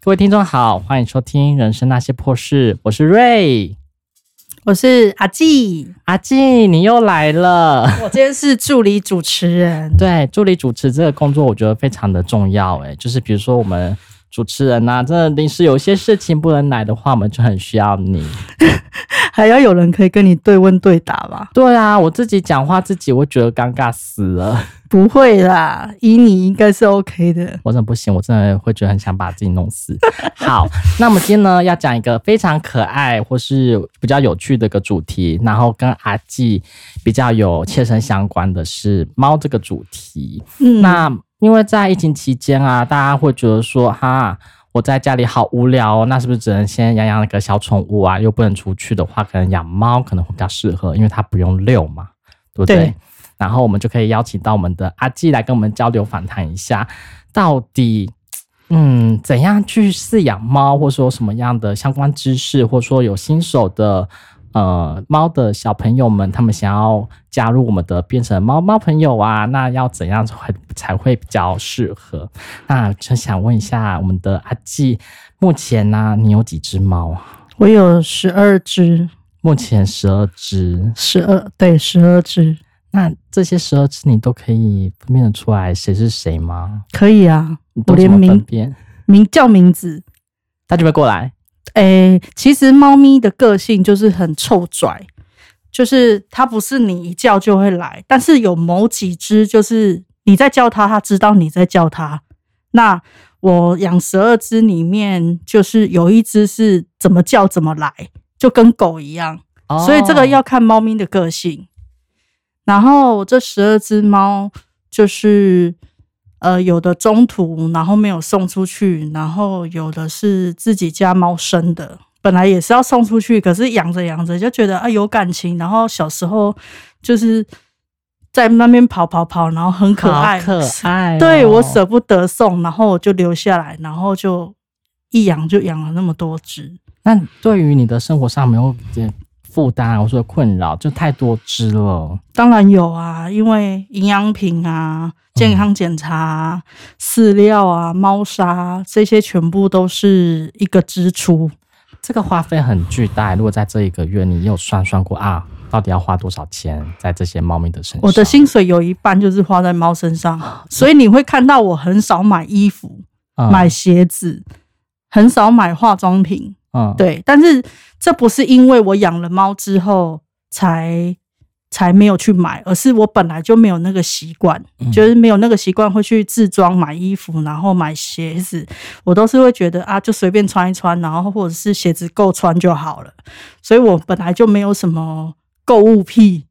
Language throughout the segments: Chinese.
各位听众好，欢迎收听《人生那些破事》，我是瑞我是阿纪，阿纪，你又来了。。我今天是助理主持人 对，助理主持这个工作，我觉得非常的重要。诶，就是比如说我们主持人呐、真的临时有一些事情不能来的话，我们就很需要你。还要有人可以跟你对问对答吧？对啊，我自己讲话自己，我觉得尴尬死了。不会啦，以你应该是 OK 的。我真的不行，我真的会觉得很想把自己弄死。 好，那我们今天呢要讲一个非常可爱或是比较有趣的一个主题，然后跟阿纪比较有切身相关的是猫这个主题。嗯那因为在疫情期间啊，大家会觉得说哈。我在家里好无聊哦，那是不是只能先养养那个小宠物啊？又不能出去的话，可能养猫可能会比较适合，因为它不用遛嘛，对不对？对然后我们就可以邀请到我们的阿纪来跟我们交流访谈一下，到底嗯怎样去饲养猫，或者说什么样的相关知识，或者说有新手的呃猫的小朋友们，他们想要加入我们的变成猫猫朋友啊，那要怎样才会才会比较适合？那就想问一下我们的阿纪，目前呢、你有几只猫啊？我有十二只，目前十二只，十二对，十二只那这些十二只你都可以分辨得出来谁是谁吗？可以啊。你都我怎连么分名辨？名叫名字，它就会过来。诶、其实猫咪的个性就是很臭拽，就是它不是你一叫就会来，但是有某几只就是你在叫它，它知道你在叫它。那我养十二只里面，就是有一只是怎么叫怎么来，就跟狗一样，所以这个哦要看猫咪的个性。然后我这十二只猫就是，呃，有的中途然后没有送出去，然后有的是自己家猫生的，本来也是要送出去，可是养着养着就觉得啊有感情，然后小时候就是在那边跑跑跑，然后很可爱，好可爱哦、对我舍不得送，然后我就留下来，然后就一养就养了那么多只。那对于你的生活上没有点负担，或者说困扰，就太多只了。当然有啊，因为营养品啊、健康检查、啊、饲料啊、猫砂啊这些全部都是一个支出。这个花费很巨大。如果在这一个月，你有算算过啊，到底要花多少钱在这些猫咪的身上？我的薪水有一半就是花在猫身上，所以你会看到我很少买衣服、嗯买鞋子，很少买化妆品。嗯，对，但是这不是因为我养了猫之后才才没有去买，而是我本来就没有那个习惯，嗯就是没有那个习惯会去自装买衣服，然后买鞋子，我都是会觉得啊，就随便穿一穿，然后或者是鞋子够穿就好了，所以我本来就没有什么购物癖，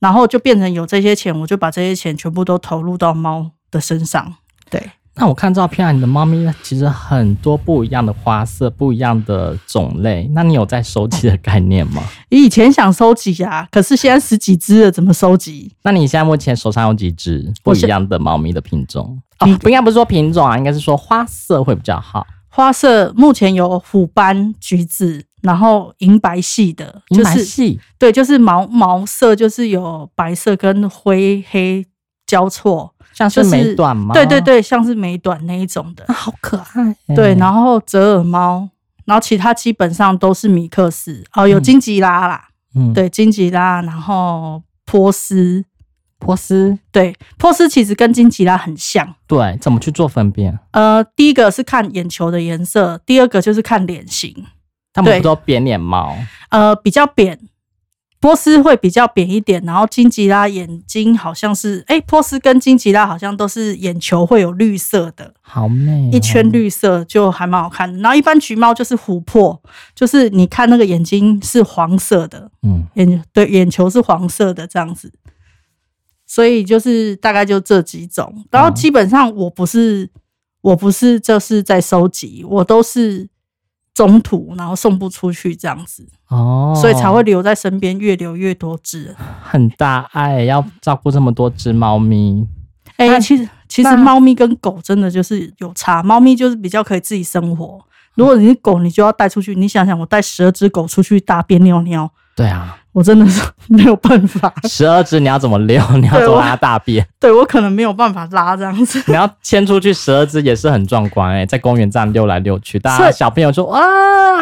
然后就变成有这些钱，我就把这些钱全部都投入到猫的身上，对。那我看照片啊，你的猫咪其实很多不一样的花色，不一样的种类。那你有在收集的概念 吗？以前想收集啊，可是现在十几只了，怎么收集？那你现在目前手上有几只不我一现样的猫咪的品种？哦你，不应该不是说品种啊，应该是说花色会比较好。花色目前有虎斑、橘子，然后银白系的，银就白是系，对，就是毛毛色，就是有白色跟灰黑交错，像是就是美短吗？对对对，像是美短那一种的啊，，好可爱、对，然后折耳猫，然后其他基本上都是米克斯，哦，有嗯金吉拉啦，嗯，对，金吉拉，然后波斯，波斯，对，波斯其实跟金吉拉很像，对，怎么去做分辨？呃，第一个是看眼球的颜色，第二个就是看脸型，他们对不都扁脸猫？呃，比较扁，波斯会比较扁一点，然后金吉拉眼睛好像是，哎、波斯跟金吉拉好像都是眼球会有绿色的，好美、哦一圈。绿色就还蛮好看的。然后一般橘猫就是琥珀，就是你看那个眼睛是黄色的，嗯，眼对眼球是黄色的这样子。所以就是大概就这几种，然后嗯基本上我不是我不是就是在收集，我都是中途然后送不出去这样子。哦，所以才会留在身边，越留越多只。很大爱，要照顾这么多只猫咪。 哎、那其实其那实猫咪跟狗真的就是有差，猫咪就是比较可以自己生活。如果你是狗，你就要带出去。你想想，我带十二只狗出去大便尿尿，对啊，我真的是没有办 法，十二只你要怎么遛？ 你要对怎么我拉大便？对我可能没有办法拉这样子。你要牵出去十二只也是很壮观哎、在公园这样溜来溜去，大所家以小朋友说哇，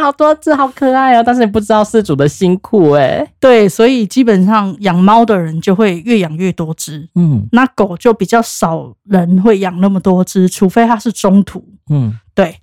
好多只，好可爱哦、但是你不知道饲主的辛苦哎、对，所以基本上养猫的人就会越养越多只，嗯那狗就比较少人会养那么多只，除非它是中途。嗯，对，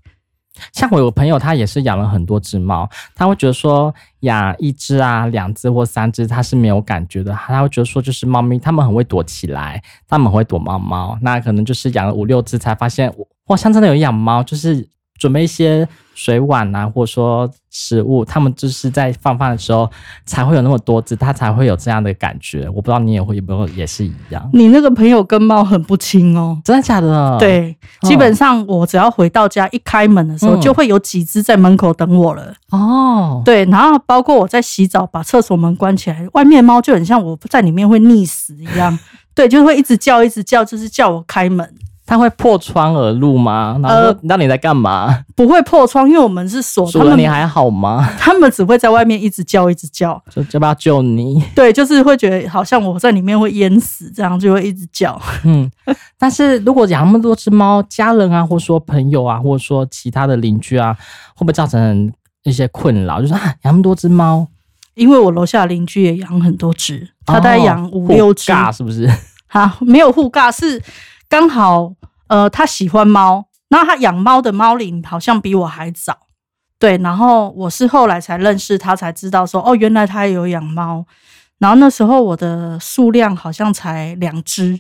像我有朋友，他也是养了很多只猫，他会觉得说养一只啊、两只或三只，他是没有感觉的。他会觉得说，就是猫咪，它们很会躲起来，它们很会躲猫猫。那可能就是养了五六只，才发现哇，像真的有养猫，就是准备一些水碗啊，或者说食物，它们就是在放饭的时候才会有那么多只，它才会有这样的感觉。我不知道你也会有没有也是一样，你那个朋友跟猫很不亲哦。真的假的？，对，哦基本上我只要回到家一开门的时候，嗯就会有几只在门口等我了。哦，对，然后包括我在洗澡，把厕所门关起来，外面猫就很像我在里面会溺死一 样。对，就会一直叫，一直叫，就是叫我开门，它会破窗而入吗？然后呃说那你在干嘛？不会破窗，因为我们是锁，主他人你们还好吗？他们只会在外面一直叫，一直叫。 就要不要救你？对，就是会觉得好像我在里面会淹死，这样就会一直叫。嗯，但是如果养那么多只猫，家人啊，或者说朋友啊，或者说其他的邻居啊，会不会造成一些困扰？就是啊，养那么多只猫，因为我楼下邻居也养很多只，他大概养五哦六只。护尬是不是？啊，没有护尬，是刚好呃，他喜欢猫，然后他养猫的猫龄好像比我还早，对，然后我是后来才认识他，才知道说哦，原来他也有养猫，然后那时候我的数量好像才两只，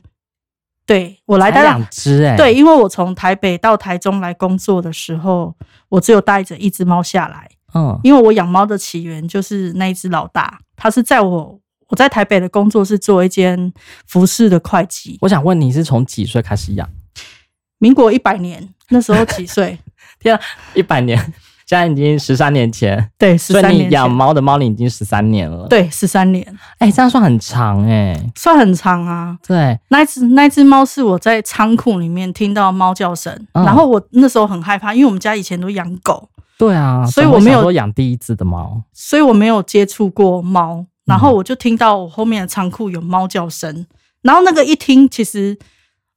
对我来才台两只哎，对，因为我从台北到台中来工作的时候，我只有带着一只猫下来，嗯，因为我养猫的起源就是那一只老大，它是在我我在台北的工作是做一间服饰的会计，我想问你是从几岁开始养？民国一百年那时候 几岁？天、啊，一百年， 现在已经十三年前，对，十所三以你年养前，猫的猫龄已经十三年了。，对，十三年哎、这样算很长哎、算很长啊。对，那一只那一只猫是我在仓库里面听到猫叫声，嗯然后我那时候很害怕，因为我们家以前都养狗，对啊，所以怎么我会没有想说养第一只的猫。所以我没有接触过猫。然后我就听到我后面的仓库有猫叫声，然后那个一听，其实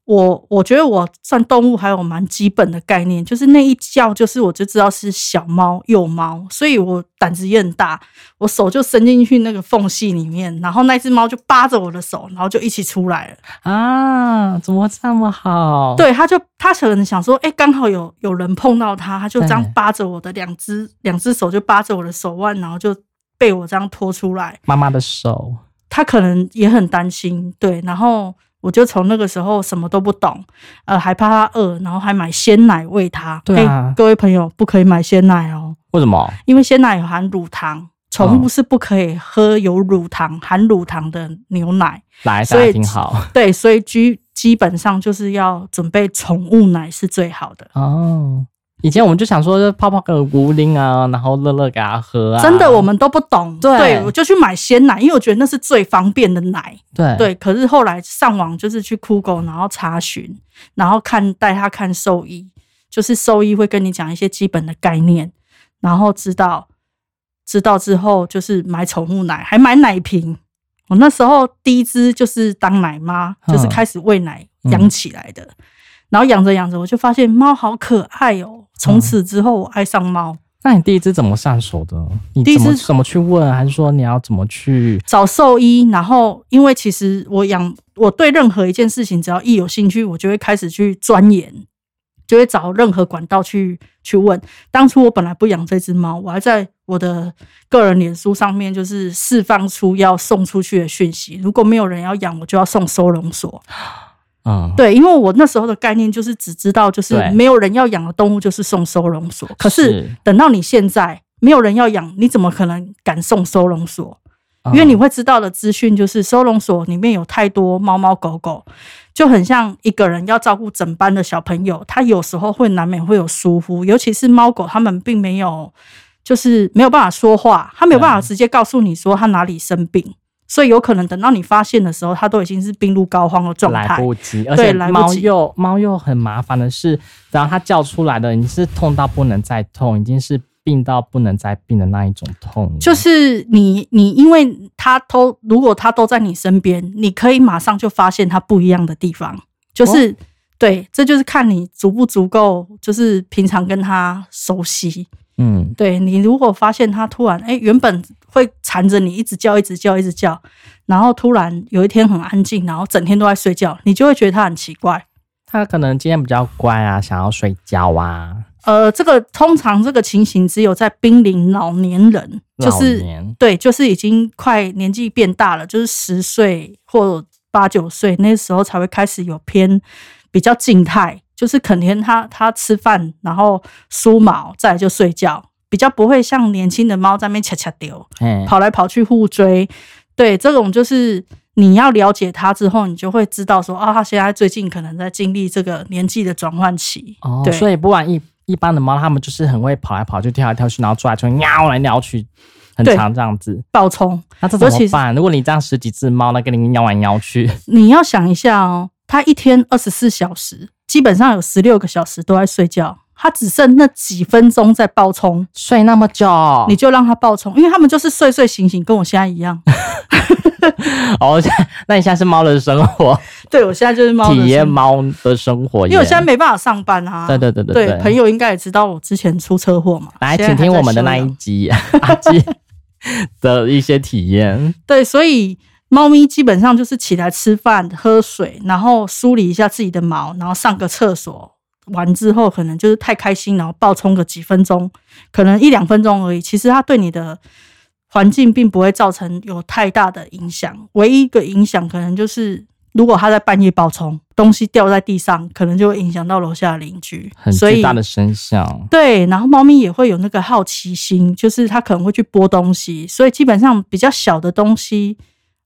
我我觉得我算动物还有蛮基本的概念，就是那一叫，就是我就知道是小猫、幼猫，所以我胆子也很大，我手就伸进去那个缝隙里面，然后那只猫就扒着我的手，然后就一起出来哦了。啊，怎么会这么好？，对，它就它可能想说，哎、刚好有有人碰到它，它就这样对扒着我的两只两只手，就扒着我的手腕，然后就被我这样拖出来。妈妈的手，他可能也很担心，对，然后我就从那个时候什么都不懂，呃，还怕他饿，然后还买鲜奶喂他。对啊嘿各位朋友不可以买鲜奶哦，为什么？因为鲜奶有含乳糖，宠物是不可以喝有乳糖、含乳糖的牛奶。来，大所家以听好对，所以基基本上就是要准备宠物奶是最好的。哦。以前我们就想说，泡泡个无灵啊，然后乐乐给他喝啊。真的，我们都不懂，对我就去买鲜奶，因为我觉得那是最方便的奶。对对，可是后来上网就是去酷狗，然后查询，然后看带他看兽医，就是兽医会跟你讲一些基本的概念，然后知道知道之后就是买宠物奶，还买奶瓶。我那时候第一只就是当奶妈，就是嗯开始喂奶嗯养起来的，然后养着养着我就发现猫好可爱哦，从此之后我爱上猫。那你第一支怎么上手的？你第一怎么支怎么去问，还是说你要怎么去？找兽医，然后因为其实我养我对任何一件事情，只要一有兴趣，我就会开始去钻研，就会找任何管道去去问。当初我本来不养这只猫，我还在我的个人脸书上面就是释放出要送出去的讯息，如果没有人要养，我就要送收容所。嗯，对，因为我那时候的概念就是只知道就是对没有人要养的动物就是送收容所，可是是等到你现在没有人要养，你怎么可能敢送收容所？嗯因为你会知道的资讯就是收容所里面有太多猫猫狗狗，就很像一个人要照顾整班的小朋友，他有时候会难免会有疏忽，尤其是猫狗，他们并没有就是没有办法说话，他没有办法直接告诉你说他哪里生病，所以有可能等到你发现的时候，他都已经是病入膏肓的状来态。不及，而且来不猫及又猫又很麻烦的是，然后它叫出来的，你是痛到不能再痛，已经是病到不能再病的那一种痛呢？就是你，你因为他都如果他都在你身边，你可以马上就发现他不一样的地方。就是、哦对，这就是看你足不足够，就是平常跟他熟悉。嗯，对你如果发现他突然哎、诶原本会缠着你一直叫、一直叫、一直叫，然后突然有一天很安静，然后整天都在睡觉，你就会觉得他很奇怪。他可能今天比较乖啊，想要睡觉啊，呃，这个通常这个情形只有在濒临老年人，就是老年对，就是已经快年纪变大了，就是十岁或八九岁那时候才会开始有偏比较静态，就是肯定它它吃饭，然后梳毛，再来就睡觉，比较不会像年轻的猫在那边恰恰丢，嘿跑来跑去互追。对，这种就是你要了解它之后，你就会知道说啊，它现在最近可能在经历这个年纪的转换期。哦，对所以不然一一般的猫，它们就是很会跑来跑去、跳来跳去，然后抓来抓去、喵来喵去，很对常这样子。爆冲，那这怎尤其么是办？如果你这样十几只猫，那跟你喵来喵去，你要想一下哦，它一天二十四小时，基本上有十六个小时都在睡觉，它只剩那几分钟在爆冲，睡那么久，你就让它爆冲，因为它们就是睡睡醒醒，跟我现在一样。 哦， 那你现在是猫的生活，对我现在就是猫的体验生活猫的生活耶，因为我现在没办法上班啊。对对对对对朋友应该也知道我之前出车祸嘛。来，现请在还听在我们的休那一养集阿 基的一些体验。对，所以猫咪基本上就是起来吃饭、喝水，然后梳理一下自己的毛，然后上个厕所。完之后，可能就是太开心，然后暴冲个几分钟，可能一两分钟而已。其实它对你的环境并不会造成有太大的影响，唯一一个影响可能就是，如果它在半夜暴冲，东西掉在地上，可能就会影响到楼下的邻居。很所以巨大的声效，对，然后猫咪也会有那个好奇心，就是它可能会去拨东西，所以基本上比较小的东西，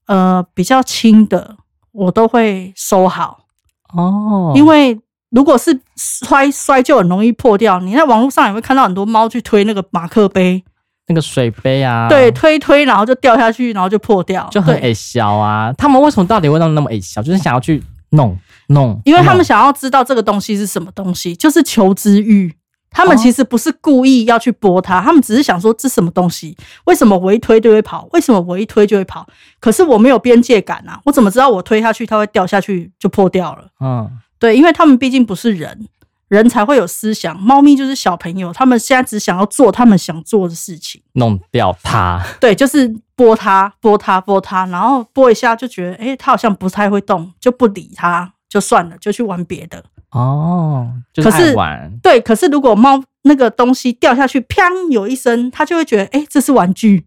呃，比较轻的，我都会收好，哦因为如果是摔摔就很容易破掉。你在网络上也会看到很多猫去推那个马克杯，那个水杯啊，对，，推一推然后就掉下去，然后就破掉，就很对矮小啊。他们为什么到底会弄得那么矮小？就是想要去弄弄，因为他们弄想要知道这个东西是什么东西，就是求知欲。他们哦其实不是故意要去拨它，他们只是想说这什么东西，为什么我一推就会跑？为什么我一推就会跑？可是我没有边界感啊，我怎么知道我推下去它会掉下去就破掉了？嗯，对，因为他们毕竟不是人，人才会有思想，猫咪就是小朋友，他们现在只想要做他们想做的事情。弄掉它，对，就是拨它，拨它，拨它，然后拨一下就觉得，诶、它好像不太会动，就不理它，就算了，就去玩别的。哦，就是可是爱玩，对，可是如果猫那个东西掉下去，砰有一声，它就会觉得，哎、这是玩具。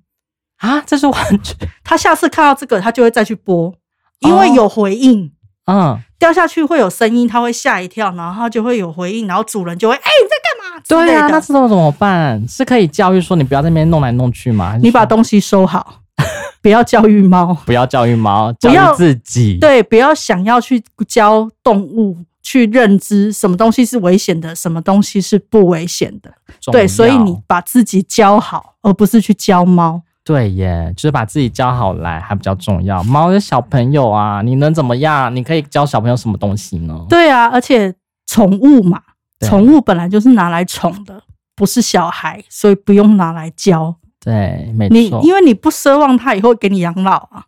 啊，这是玩具，它下次看到这个，它就会再去拨，因为哦有回应。嗯，掉下去会有声音，它会吓一跳，然后它就会有回应，然后主人就会哎、你在干嘛？之对类啊，的那这种怎么办？是可以教育说你不要在那边弄来弄去吗？还是你把说东西收好， 不要教育猫。不要教育猫，教要育自己，对，不要想要去教动物去认知什么东西是危险的，什么东西是不危险的。重对，所以要你把自己教好，而不是去教猫。对耶，就是把自己教好来还比较重要。猫是小朋友啊，你能怎么样？你可以教小朋友什么东西呢？对啊，而且宠物嘛，对宠物本来就是拿来宠的，不是小孩，所以不用拿来教对，没你，错，因为你不奢望它以后给你养老啊。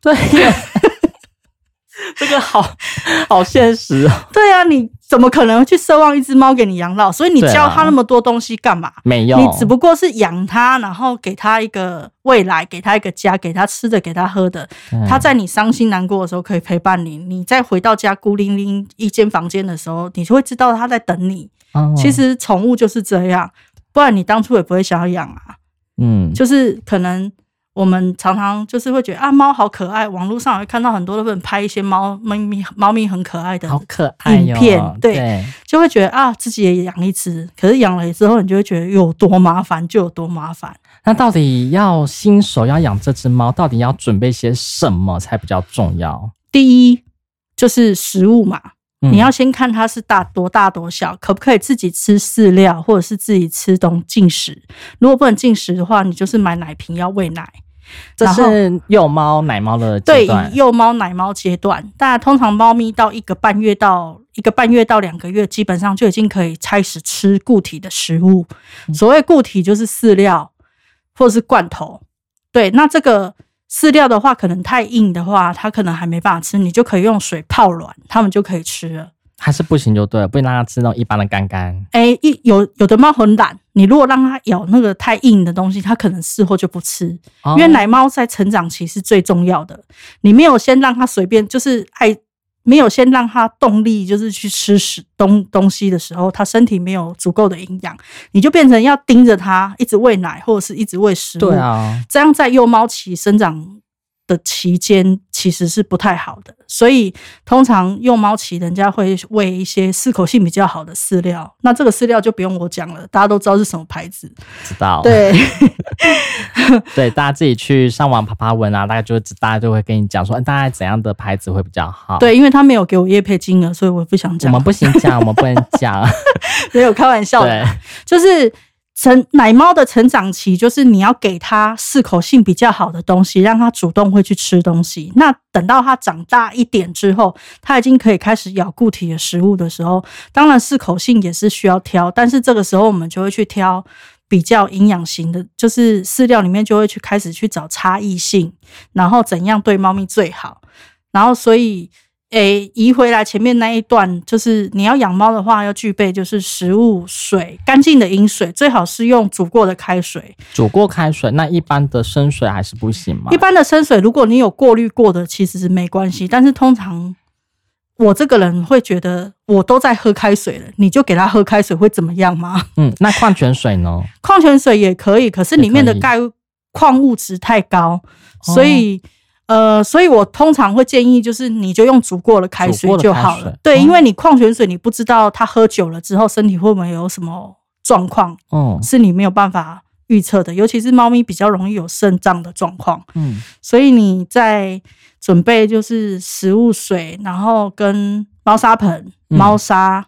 对 耶，这个好好现实哦。对啊，你怎么可能去奢望一只猫给你养老？所以你对啊教它那么多东西干嘛？没有，你只不过是养它，然后给它一个未来，给它一个家，给它吃的，给它喝的。对它在你伤心难过的时候可以陪伴你，你再回到家孤零零一间房间的时候，你就会知道它在等你。哦其实宠物就是这样，不然你当初也不会想要养啊。嗯，就是可能我们常常就是会觉得啊，猫好可爱，网络上也会看到很多人拍一些猫猫咪猫咪很可爱的，好可爱哟影片对对就会觉得啊，自己也养一只。可是养了之后，你就会觉得有多麻烦就有多麻烦。那到底要新手要养这只猫，到底要准备些什么才比较重要？第一就是食物嘛，嗯你要先看它是大多大多小，可不可以自己吃饲料，或者是自己吃东进食。如果不能进食的话，你就是买奶瓶要喂奶。这然后是幼猫、奶猫的阶对段，幼猫奶猫阶段，但通常猫咪到一个半月到一个半月到两个月，基本上就已经可以开始吃固体的食物。嗯所谓固体就是饲料或是罐头。对，那这个饲料的话，可能太硬的话，它可能还没办法吃，你就可以用水泡软，它们就可以吃了。还是不行就对了，不能让它吃那种一般的干干。哎、一有有的猫很懒，你如果让它咬那个太硬的东西，它可能事后就不吃。哦因为奶猫在成长期是最重要的，你没有先让它随便，就是爱，没有先让它动力，就是去吃食东东西的时候，它身体没有足够的营养，你就变成要盯着它，一直喂奶或者是一直喂食物。对，啊，这样在幼猫期生长的期间其实是不太好的，所以通常幼猫期人家会喂一些适口性比较好的饲料，那这个饲料就不用我讲了，大家都知道是什么牌子。知道。对。 对，大家自己去上网爬爬文啊，大概就会知，大家就会跟你讲说，哎大概怎样的牌子会比较好。， 对，因为他没有给我业配金额，所以我不想我 讲。们不行讲，我们不能讲。 没有开玩笑的对啦，，就是成奶猫的成长期，就是你要给它适口性比较好的东西，让它主动会去吃东西。那等到它长大一点之后，它已经可以开始咬固体的食物的时候，当然适口性也是需要挑，但是这个时候我们就会去挑。比较营养型的，就是饲料里面就会去开始去找差异性，然后怎样对猫咪最好。然后所以，诶，移回来前面那一段，就是你要养猫的话，要具备就是食物、水、干净的饮水，最好是用煮过的开水。煮过开水，那一般的生水还是不行嘛一。般的生水，如果你有过滤过的，其实是没关系。但是通常我这个人会觉得，我都在喝开水了，你就给他喝开水会怎么样吗？嗯，那矿泉水呢？矿泉水也可以，可是里面的也可以哦钙矿物质太高，所以、呃，所以我通常会建议就是你就用煮过的开煮水过的就开好水了。对，哦因为你矿泉水你不知道它喝久了之后身体会不会有什么状况，嗯是你没有办法预测的，尤其是猫咪比较容易有肾脏的状况。嗯，所以你在准备就是食物水，然后跟猫砂盆、嗯猫砂，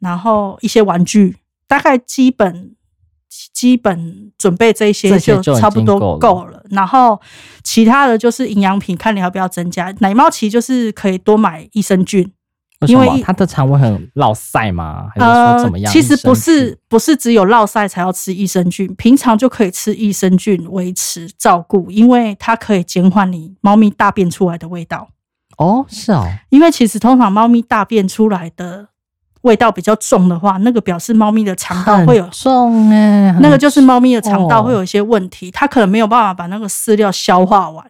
然后一些玩具，大概基本基本准备这些这些就就已差不经多够了够了。然后其他的就是营养品，看你要不要增加。奶猫其实就是可以多买益生菌，为什因么为呃它的肠胃很落塞吗？还是哎说怎么样？其实不益生是菌，不是只有落晒才要吃益生菌，平常就可以吃益生菌维持照顾，因为它可以减缓你猫咪大便出来的味道。哦，是哦，因为其实通常猫咪大便出来的味道比较重的话，那个表示猫咪的肠道啊会有很重哎，很那个就是猫咪的肠道哦会有一些问题，它可能没有办法把那个饲料消化完，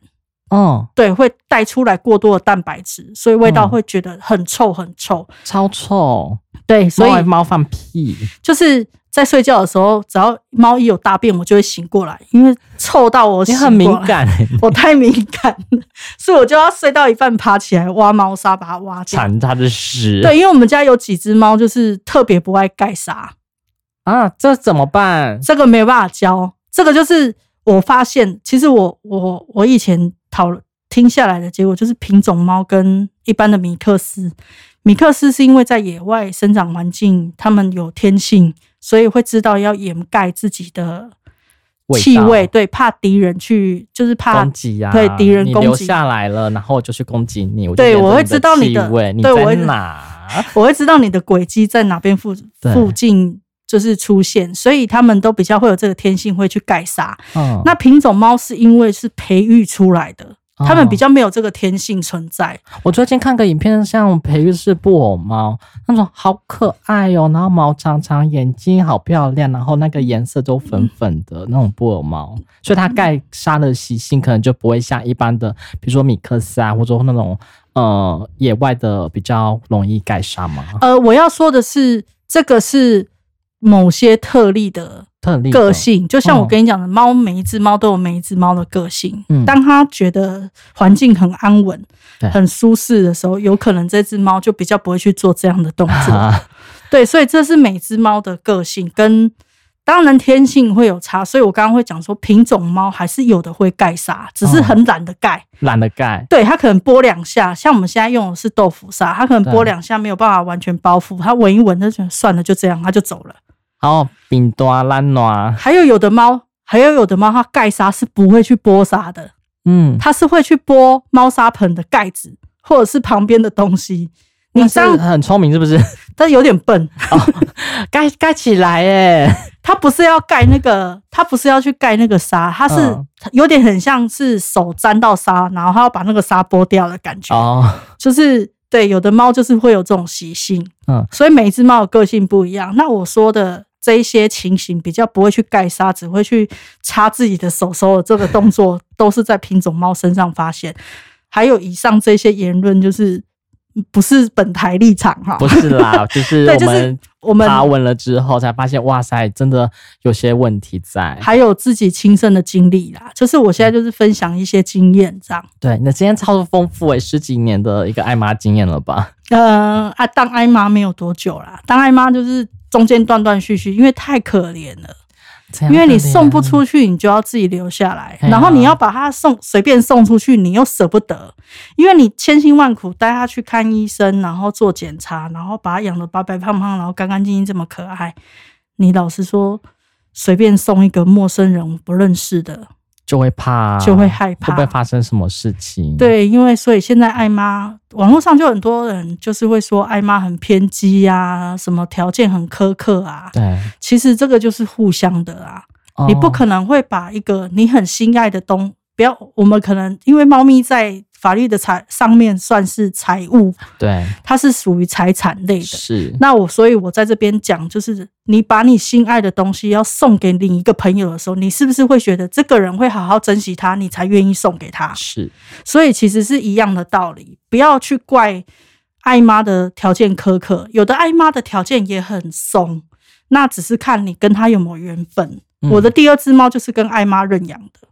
嗯，对，会带出来过多的蛋白质，所以味道嗯会觉得很臭很臭。超臭，对，所以猫还猫放屁，就是在睡觉的时候，只要猫一有大便，我就会醒过来，因为臭到我你醒很敏过来，感欸， 我太敏感了，所以我就要睡到一半爬起来挖猫砂，把它挖掉。馋它的屎。对，因为我们家有几只猫就是特别不爱盖沙，啊，这怎么办？这个没有办法教。这个就是我发现，其实我我我以前讨听下来的结果就是，品种猫跟一般的米克斯，米克斯是因为在野外生长环境，它们有天性，所以会知道要掩盖自己的味气道味，对，怕敌人去，就是怕攻击呀、啊对敌人你攻留击下来了，然后我就去攻击你。我对我我会知道你的气味，你对我在会哪？我会知道你的轨迹在哪边附 对附近就是出现，所以他们都比较会有这个天性会去盖沙。嗯， 那品种猫是因为是培育出来的，哦它们比较没有这个天性存在。我最近看个影片，像培育是布偶猫那种，好可爱哦，然后毛长长，眼睛好漂亮，然后那个颜色都粉粉的、那种布偶猫，所以它盖沙的习性可能就不会像一般的，比如说米克斯啊，或者说那种呃野外的比较容易盖沙嘛，呃，我要说的是，这个是某些特例的特例的个性，就像我嗯跟你讲的，猫每一只猫都有每一只猫的个性。嗯当它觉得环境很安稳对、很舒适的时候，有可能这只猫就比较不会去做这样的动 作。啊，对，所以这是每只猫的个性跟当然天性会有差，所以我刚刚会讲说品种猫还是有的会盖沙，只哦是很懒得盖。懒得盖。对，它可能拨两下，像我们现在用的是豆腐沙，它可能拨两下没有办法完全包覆，它闻一闻它就觉得算了，就这样，它就走了。然后饼多啊、烂暖还有有的猫。还有有的猫它盖沙是不会去剥沙的，嗯，它是会去剥猫砂盆的盖子或者是旁边的东西。你那这是样，很聪明是不是？但有点笨， 盖盖起来哎，它不是要盖那个，它不是要去盖那个沙，它是、嗯有点很像是手沾到沙，然后它要把那个沙剥掉的感觉。哦，就是对，有的猫就是会有这种习性，嗯嗯，所以每一只猫的个性不一样。那我说的这一些情形比较不会去盖沙，只会去擦自己的手手的这个动作，都是在品种猫身上发现。还有以上这些言论，就是嗯不是本台立场哈，不是啦， 就是对我就是们我们爬文了之后才发现，哇塞，真的有些问题在。还有自己亲身的经历啦。就是我现在就是分享一些经验这样。对，那今天超丰富诶、十几年的一个爱妈经验了吧？呃，啊，当艾妈没有多久啦，当艾妈就是中间断断续续，因为太可怜了。这样 因为你的呀送不，出去，你就要自己留下来，哎呀然后你要把它送随便送出去，你又舍不得，因为你千辛万苦带它去看医生，然后做检查，然后把它养的白白胖胖，然后干干净净这么可爱，你老实说，随便送一个陌生人我不认识的，就会怕，就会害怕会不会发生什么事情？，对，因为所以现在爱妈网络上就很多人就是会说爱妈很偏激啊，什么条件很苛刻啊，对，其实这个就是互相的啊。哦你不可能会把一个你很心爱的东，不要我们可能因为猫咪在法律的财上面算是财物，哦对，它是属于财产类的。是那我所以，我在这边讲，就是你把你心爱的东西要送给另一个朋友的时候，你是不是会觉得这个人会好好珍惜他，你才愿意送给他？是，所以其实是一样的道理，不要去怪爱妈的条件苛刻，有的爱妈的条件也很松，那只是看你跟她有没有缘分。嗯我的第二只猫就是跟爱妈认养的，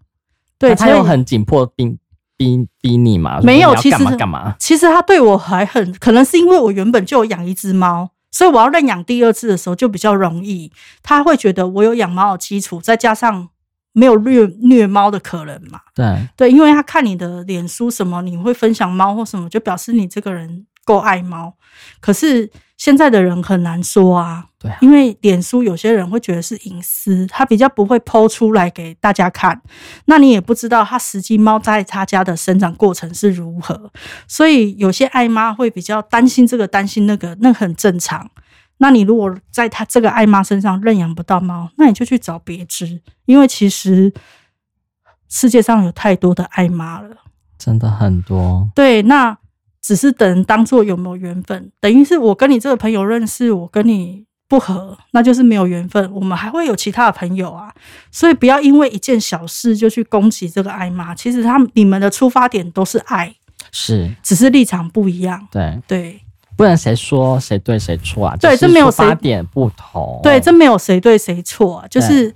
对，那他所以又很紧迫逼逼逼你嘛？没有说你要其干实嘛干嘛？其实它对我还很可能是因为我原本就有养一只猫。所以我要认养第二只的时候就比较容易，他会觉得我有养猫的基础，再加上没有虐虐猫的可能嘛，对，对，因为他看你的脸书什么，你会分享猫或什么，就表示你这个人够爱猫。可是现在的人很难说啊，对啊因为脸书有些人会觉得是隐私，他比较不会剖出来给大家看，那你也不知道他实际猫在他家的生长过程是如何，所以有些爱妈会比较担心这个担心那个，那很正常。那你如果在他这个爱妈身上认养不到猫，那你就去找别只，因为其实世界上有太多的爱妈了。真的很多，对，那只是等当做有没有缘分，等于是我跟你这个朋友认识，我跟你不合，那就是没有缘分。我们还会有其他的朋友啊，所以不要因为一件小事就去攻击这个爱妈。其实他们你们的出发点都是爱，是只是立场不一样。对，对不能谁说谁对谁错啊？对只是这没有出发谁点不同，对，这没有谁对谁错、啊，就是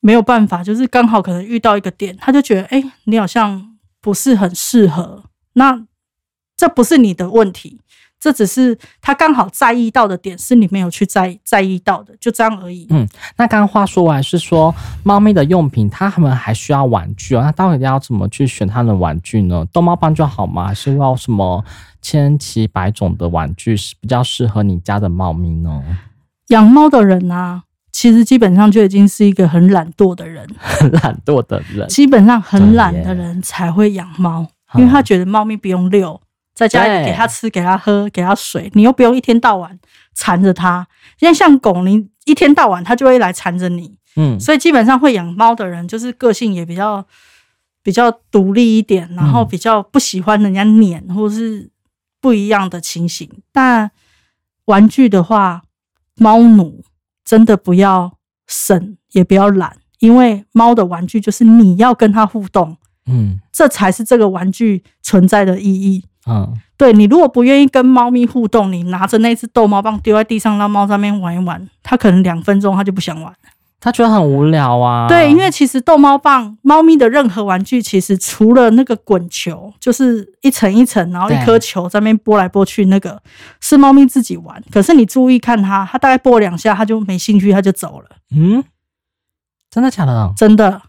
没有办法，就是刚好可能遇到一个点，他就觉得哎、诶你好像不是很适合，那这不是你的问题。这只是他刚好在意到的点，是你没有去在在意到的，就这样而已。嗯那刚刚话说完是说，猫咪的用品，它们还需要玩具哦。那到底要怎么去选它们的玩具呢？逗猫棒就好吗？还是要什么千奇百种的玩具是比较适合你家的猫咪呢？ 养猫的人啊，其实基本上就已经是一个很懒惰的人，很懒惰的人，基本上很懒对耶的人才会养猫，嗯因为他觉得猫咪不用遛，在家里对给它吃、给它喝、给它水，你又不用一天到晚缠着它。因为像狗，你一天到晚它就会来缠着你，嗯，所以基本上会养猫的人，就是个性也比较比较独立一点，然后比较不喜欢人家撵或是不一样的情形。但玩具的话，猫奴真的不要省，也不要懒，因为猫的玩具就是你要跟它互动，嗯这才是这个玩具存在的意义。嗯，对你如果不愿意跟猫咪互动，你拿着那只逗猫棒丢在地上，让猫在那边玩一玩，它可能两分钟它就不想玩了。它觉得很无聊啊。对，因为其实逗猫棒，猫咪的任何玩具，其实除了那个滚球，就是一层一层，然后对一颗球在那边拨来拨去，那个是猫咪自己玩。可是你注意看它，它大概拨两下，它就没兴趣，它就走了，嗯，真的假的？真的。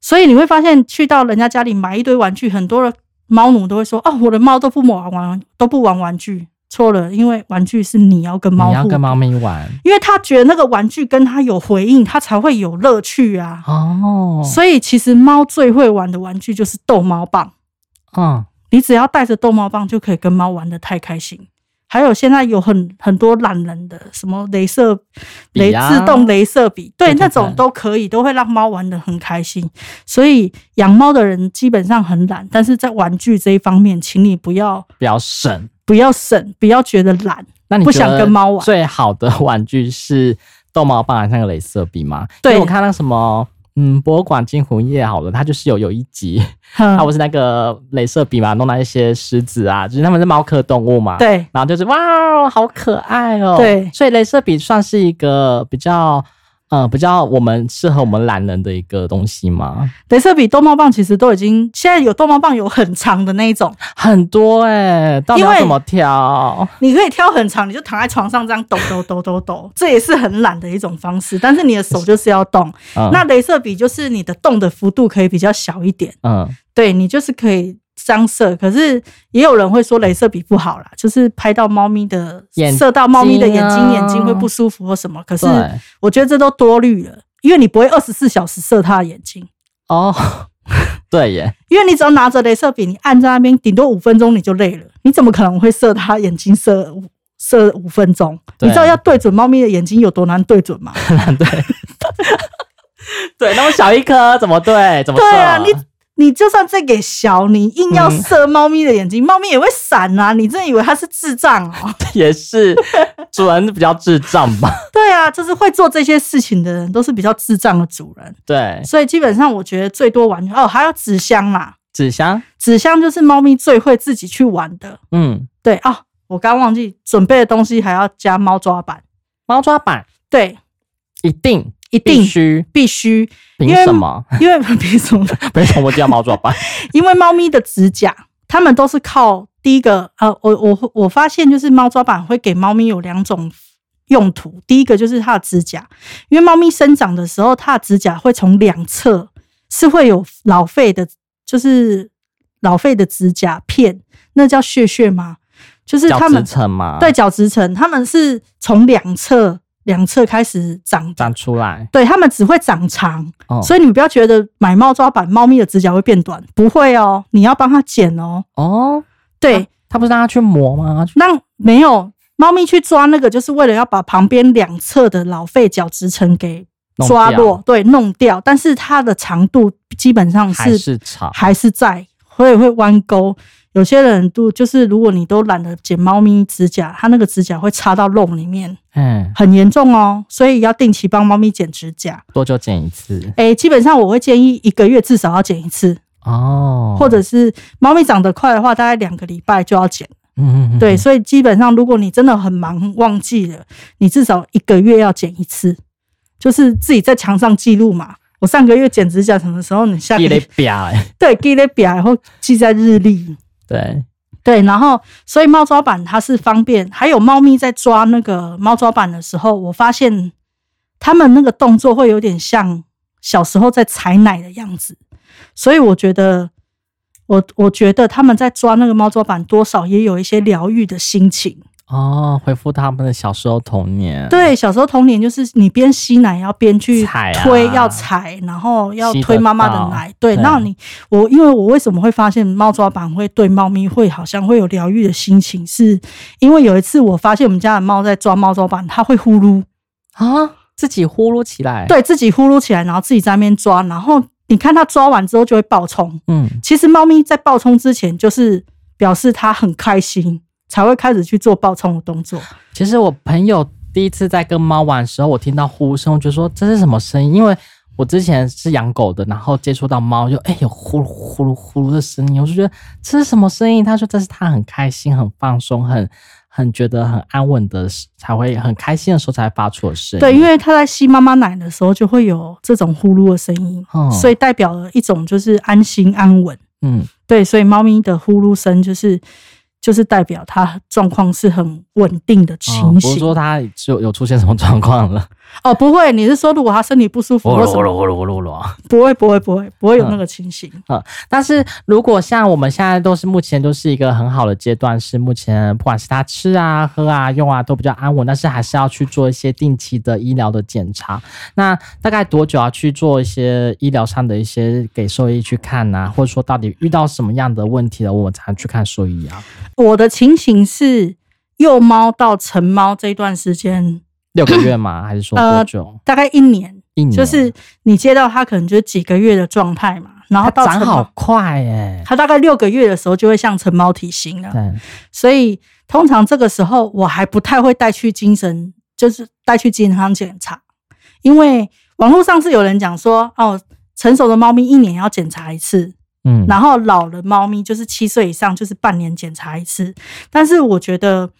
所以你会发现，去到人家家里买一堆玩具，很多的猫奴都会说：“哦，我的猫都不玩玩，都不玩玩具。”错了，因为玩具是你要跟猫你互要动跟猫咪玩因为他觉得那个玩具跟他有回应，他才会有乐趣啊。哦，所以其实猫最会玩的玩具就是逗猫棒，嗯你只要带着逗猫棒就可以跟猫玩的太开心。还有现在有很很多懒人的什么镭射笔雷啊自动镭射笔，对对对那种都可以，都会让猫玩的很开心。所以养猫的人基本上很懒，但是在玩具这一方面，请你不要比较省。不要省，不要觉得懒，那你不想觉得跟猫玩最好的玩具是逗猫棒还是那个镭射笔吗？对因为我看那什么。嗯，博物馆惊魂夜好了，它就是有有一集，哼它不是那个镭射笔嘛，弄到一些狮子啊，就是它们是猫科动物嘛，，对然后就是哇哦，好可爱哦，对所以镭射笔算是一个比较，呃，比较我们适合我们懒人的一个东西吗？镭射笔、逗猫棒其实都已经现在有逗猫棒有很长的那 一种，很多哎、到底因要为怎么挑？你可以挑很长，你就躺在床上这样抖抖抖抖抖，这也是很懒的一种方式。但是你的手就是要动，嗯那镭射笔就是你的动的幅度可以比较小一点，嗯，对你就是可以张射。可是也有人会说镭射笔不好啦，就是拍到猫咪的眼射到猫咪的眼睛啊睛，眼睛会不舒服或什么。可是对，我觉得这都多虑了，因为你不会二十四小时射它的眼睛。哦， 对耶，因为你只要拿着镭射笔，你按在那边，顶多五分钟你就累了。你怎么可能会射它眼睛射五射五分钟？对你知道要对准猫咪的眼睛有多难对准吗？对，那么小一颗怎么对？怎么对啊，射你你就算再给小，你硬要射猫咪的眼睛，猫咪也会闪啊！你真的以为它是智障哦？ 也是主人比较智障吧？对啊，就是会做这些事情的人都是比较智障的主人，对，所以基本上我觉得最多玩哦，还有纸箱啦，纸箱，纸箱就是猫咪最会自己去玩的。嗯，对啊、我刚忘记准备的东西还要加猫抓板。猫抓板对，一定一必定须，必须，凭因为什么？因为 凭什么？凭什么叫猫抓板？因为猫咪的指甲，它们都是靠第一个，呃，我我我发现就是猫抓板会给猫咪有两种用途，第一个就是它的指甲，因为猫咪生长的时候，它的指甲会从两侧是会有老废的，就是老废的指甲片，那叫屑屑吗？就是叫它直们层啊吗？对，角质层，它们是从两侧两侧开始长的长出来，对，它们只会长长，哦所以你们不要觉得买猫抓板，猫咪的指甲会变短，不会哦，你要帮它剪哦。哦，对，它不是让它去磨吗？那没有猫咪去抓那个，就是为了要把旁边两侧的老废角质层给弄抓掉落，对，弄掉。但是它的长度基本上还是是啊吵？还是在，所以会弯钩。有些人都就是，如果你都懒得剪猫咪指甲，它那个指甲会插到肉里面，嗯，很严重哦。所以要定期帮猫咪剪指甲。多久剪一次？诶、基本上我会建议一个月至少要剪一次，哦，或者是猫咪长得快的话，大概两个礼拜就要剪。嗯，嗯嗯，对，所以基本上如果你真的很忙忘记了，你至少一个月要剪一次，就是自己在墙上记录嘛。我上个月剪指甲什么时候？你下个一类月表，哎，对记在表，然后记在日历。对，对，然后所以猫抓板它是方便，还有猫咪在抓那个猫抓板的时候，我发现它们那个动作会有点像小时候在采奶的样子，所以我觉得我我觉得他们在抓那个猫抓板，多少也有一些疗愈的心情。哦，回复他们的小时候童年，，对，小时候童年就是你边吸奶要边去踩啊推，要踩，然后要吸得推妈妈到的奶。对，对那你我因为我为什么会发现猫抓板会对猫咪会好像会有疗愈的心情，是因为有一次我发现我们家的猫在抓猫抓板，它会呼噜，啊，自己呼噜起来，，对自己呼噜起来，然后自己在那边抓，然后你看它抓完之后就会爆冲。嗯，其实猫咪在爆冲之前，就是表示它很开心，才会开始去做爆冲的动作。其实我朋友第一次在跟猫玩的时候，我听到呼声，我就说这是什么声音？因为我之前是养狗的，然后接触到猫，就哎、有呼噜呼噜呼噜的声音，我就觉得这是什么声音？他说这是他很开心、很放松、很很觉得很安稳的时才会很开心的时候才发出的声音。对，因为它在吸妈妈奶的时候就会有这种呼噜的声音，哦所以代表了一种就是安心安稳。嗯，对，所以猫咪的呼噜声就是就是代表它状况是很稳定的哦情不是形。说他有有出现什么状况了，哦，不会，你是说如果它身体不舒服呼噜或什呼噜么？呼噜呼噜呼噜。不会，不会，不会，不会有那个情形。但是如果像我们现在都是目前都是一个很好的阶段，是目前呃不管是他吃啊、喝啊、用啊都比较安稳，但是还是要去做一些定期的医疗的检查。那大概多久要去做一些医疗上的一些给兽医去看呐、或者说到底遇到什么样的问题了，我们才去看兽医啊？我的情形是，幼猫到成猫这段时间，六个月吗？还是说多久？大概一年，一年？就是你接到它可能就是几个月的状态嘛，然后它到长成猫好，快哎、它大概六个月的时候就会像成猫体型了。对，所以通常这个时候我还不太会带去精神，就是带去健康检查，因为网络上是有人讲说，哦，成熟的猫咪一年要检查一次，嗯，然后老的猫咪就是七岁以上就是半年检查一次，但是我觉得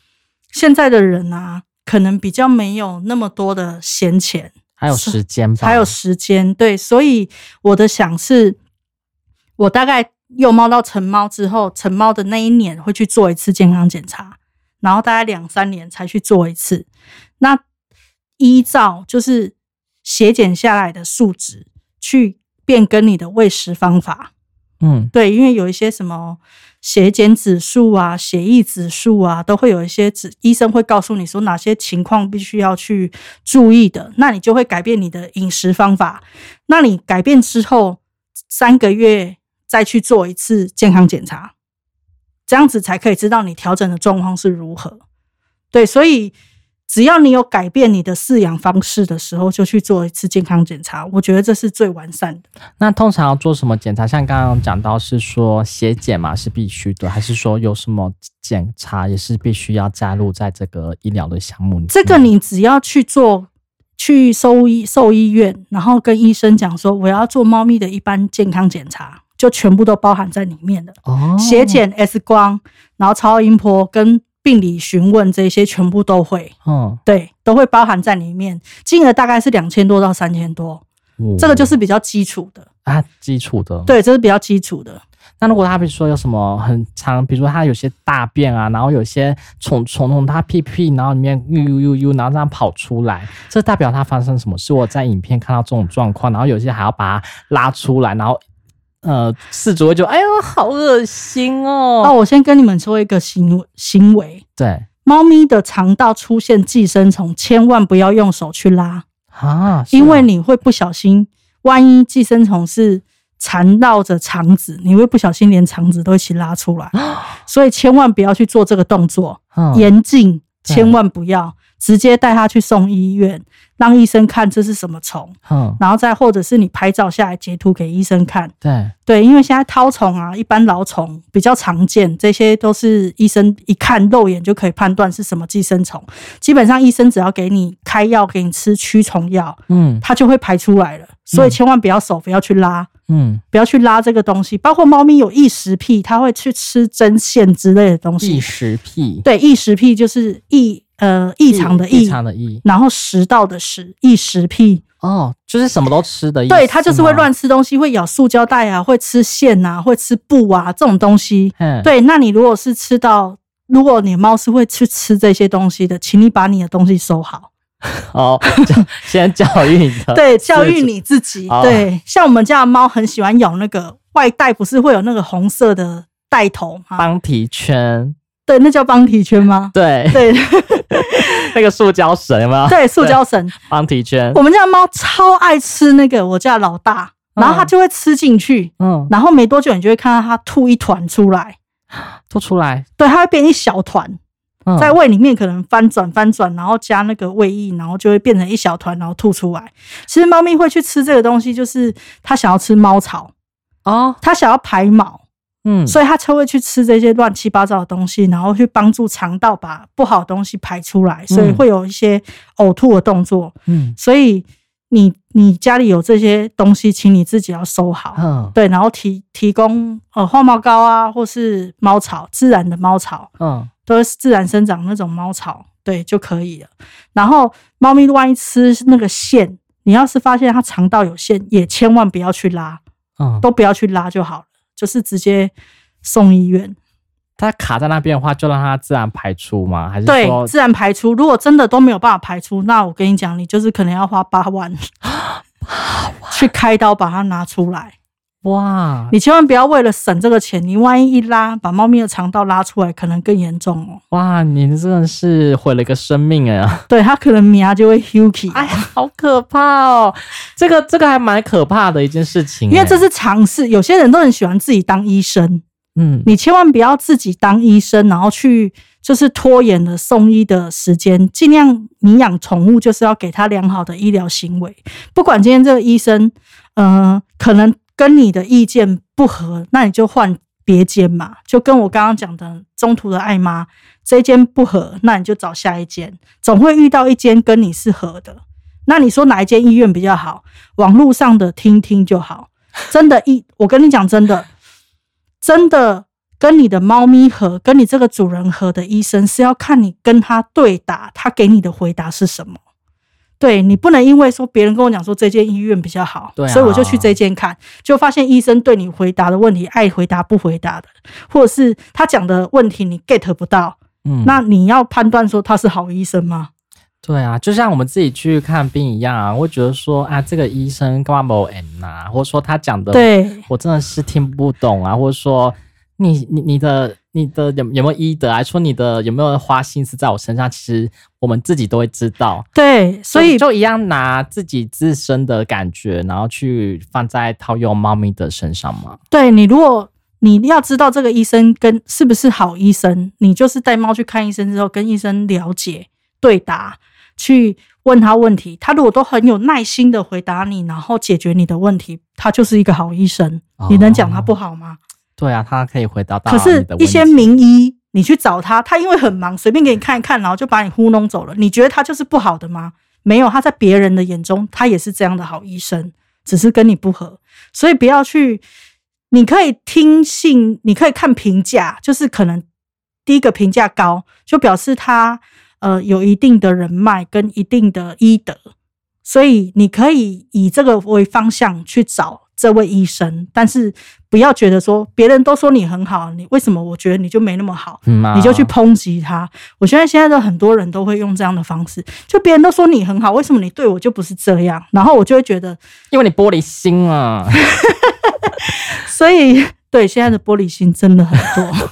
现在的人啊，可能比较没有那么多的闲钱，还有时间吧？还有时间，对，所以我的想是，我大概幼猫到成猫之后，成猫的那一年会去做一次健康检查，然后大概两三年才去做一次。那依照就是血检下来的数值去变更你的喂食方法，嗯对，因为有一些什么血检指数啊、血液指数啊，都会有一些指医生会告诉你说哪些情况必须要去注意的，那你就会改变你的饮食方法。那你改变之后，三个月再去做一次健康检查，这样子才可以知道你调整的状况是如何。对，所以只要你有改变你的饲养方式的时候，就去做一次健康检查，我觉得这是最完善的。那通常要做什么检查？像刚刚讲到是说血检嘛是必须的，还是说有什么检查也是必须要加入在这个医疗的项目里面？这个你只要去做，去兽医兽医院，然后跟医生讲说我要做猫咪的一般健康检查，就全部都包含在里面的。哦，血检、X 光，然后超音波跟病理询问这些全部都会，嗯，对，都会包含在里面。金额大概是两千多到三千多，哦这个就是比较基础的。啊基础的。，对，这是比较基础的。那如果他比如说有什么很长，比如说他有些大便啊，然后有些虫虫从他屁屁，然后里面呦呦呦呦，然后这样跑出来，这代表他发生什么事？我在影片看到这种状况，然后有些还要把它拉出来，然后呃，事主会就哎呦好恶心哦。那我先跟你们说一个行为行为，对猫咪的肠道出现寄生虫，千万不要用手去拉。啊，是因啊为你会不小心，万一寄生虫是缠绕着肠子，你会不小心连肠子都一起拉出来，啊所以千万不要去做这个动作，嗯严禁，对千万不要直接带它去送医院，让医生看这是什么虫，嗯，然后再或者是你拍照下来截图给医生看。对，对，因为现在绦虫啊，一般老虫比较常见，这些都是医生一看肉眼就可以判断是什么寄生虫。基本上医生只要给你开药，给你吃驱虫药，嗯它就会排出来了。所以千万不要手不要去拉，嗯，不要去拉这个东西。包括猫咪有异食癖，它会去吃针线之类的东异西。食癖，对，异食癖就是异呃异常的异异，常的异，然后食道的食，异食癖。哦，就是什么都吃的意思吗，对，它就是会乱吃东西，会咬塑胶袋啊，会吃线啊，会吃布啊这种东西。嘿，对，那你如果是吃到，如果你的猫是会去吃这些东西的，请你把你的东西收好。哦，教先教育你 的，对，教育你自己。哦对，像我们家的猫很喜欢咬那个外带，不是会有那个红色的带头吗？邦提圈，对，那叫邦体 圈吗？对，对哦那个塑胶绳有没有？对，塑胶绳。邦提圈，我们家的猫超爱吃那个，我家的老大，然后它嗯就会吃进去，嗯，然后没多久你就会看到它吐一团出来，吐出来，对，它会变一小团，嗯在胃里面可能翻转翻转，然后加那个胃液，然后就会变成一小团，然后吐出来。其实猫咪会去吃这个东西，就是它想要吃猫草，哦，它想要排毛。嗯，所以它才会去吃这些乱七八糟的东西，然后去帮助肠道把不好的东西排出来，所以会有一些呕吐的动作。嗯所以你你家里有这些东西，请你自己要收好，嗯对，然后提提供呃化毛膏啊，或是猫草，自然的猫草，嗯，都是自然生长那种猫草，对就可以了。然后猫咪万一吃那个线，你要是发现它肠道有线，也千万不要去拉。嗯，都不要去拉就好了，就是直接送医院。它卡在那边的话，就让它自然排出吗？还是对说，自然排出。如果真的都没有办法排出，那我跟你讲，你就是可能要花八万去开刀把它拿出来。哇，你千万不要为了省这个钱，你万一一拉把猫咪的肠道拉出来，可能更严重哦。哇，你真的是毁了一个生命哎、对，它可能苗就会 huky，、哎呀，好可怕哦！这个这个还蛮可怕的一件事情、欸因为这是是尝试。有些人都很喜欢自己当医生，嗯你千万不要自己当医生，然后去就是拖延了送医的时间。尽量你养宠物就是要给它良好的医疗行为，不管今天这个医生，呃，可能跟你的意见不合，那你就换别间嘛。就跟我刚刚讲的中途的爱妈这一间不合，那你就找下一间，总会遇到一间跟你是合的。那你说哪一间医院比较好？网络上的听听就好。真的一，我跟你讲，真的，真的跟你的猫咪合，跟你这个主人合的医生是要看你跟他对答，他给你的回答是什么。对你不能因为说别人跟我讲说这间医院比较好，对啊所以我就去这间看，就发现医生对你回答的问题爱回答不回答的，或者是他讲的问题你 get 不到，嗯，那你要判断说他是好医生吗？对啊，就像我们自己去看病一样啊，会觉得说啊，这个医生干嘛某 M 啊，或者说他讲的对我真的是听不懂啊，或者说你你你的你的有有没有医德啊，说你的有没有花心思在我身上，其实我们自己都会知道。对，所以就就一样拿自己自身的感觉，然后去放在套用猫咪的身上嘛。对你，如果你要知道这个医生跟是不是好医生，你就是带猫去看医生之后，跟医生了解、对答，去问他问题。他如果都很有耐心的回答你，然后解决你的问题，他就是一个好医生。你能讲他不好吗？对啊，他可以回答到可是你的，一问些题名医，你去找他，他因为很忙，随便给你看一看，然后就把你糊弄走了。你觉得他就是不好的吗？没有，他在别人的眼中，他也是这样的好医生，只是跟你不合。所以不要去，你可以听信，你可以看评价，就是可能第一个评价高，就表示他呃有一定的人脉跟一定的医德，所以你可以以这个为方向去找这位医生，但是不要觉得说别人都说你很好，你为什么我觉得你就没那么好？嗯啊你就去抨击他。我觉得现在的很多人都会用这样的方式，就别人都说你很好，为什么你对我就不是这样？然后我就会觉得因为你玻璃心啊。所以对现在的玻璃心真的很多，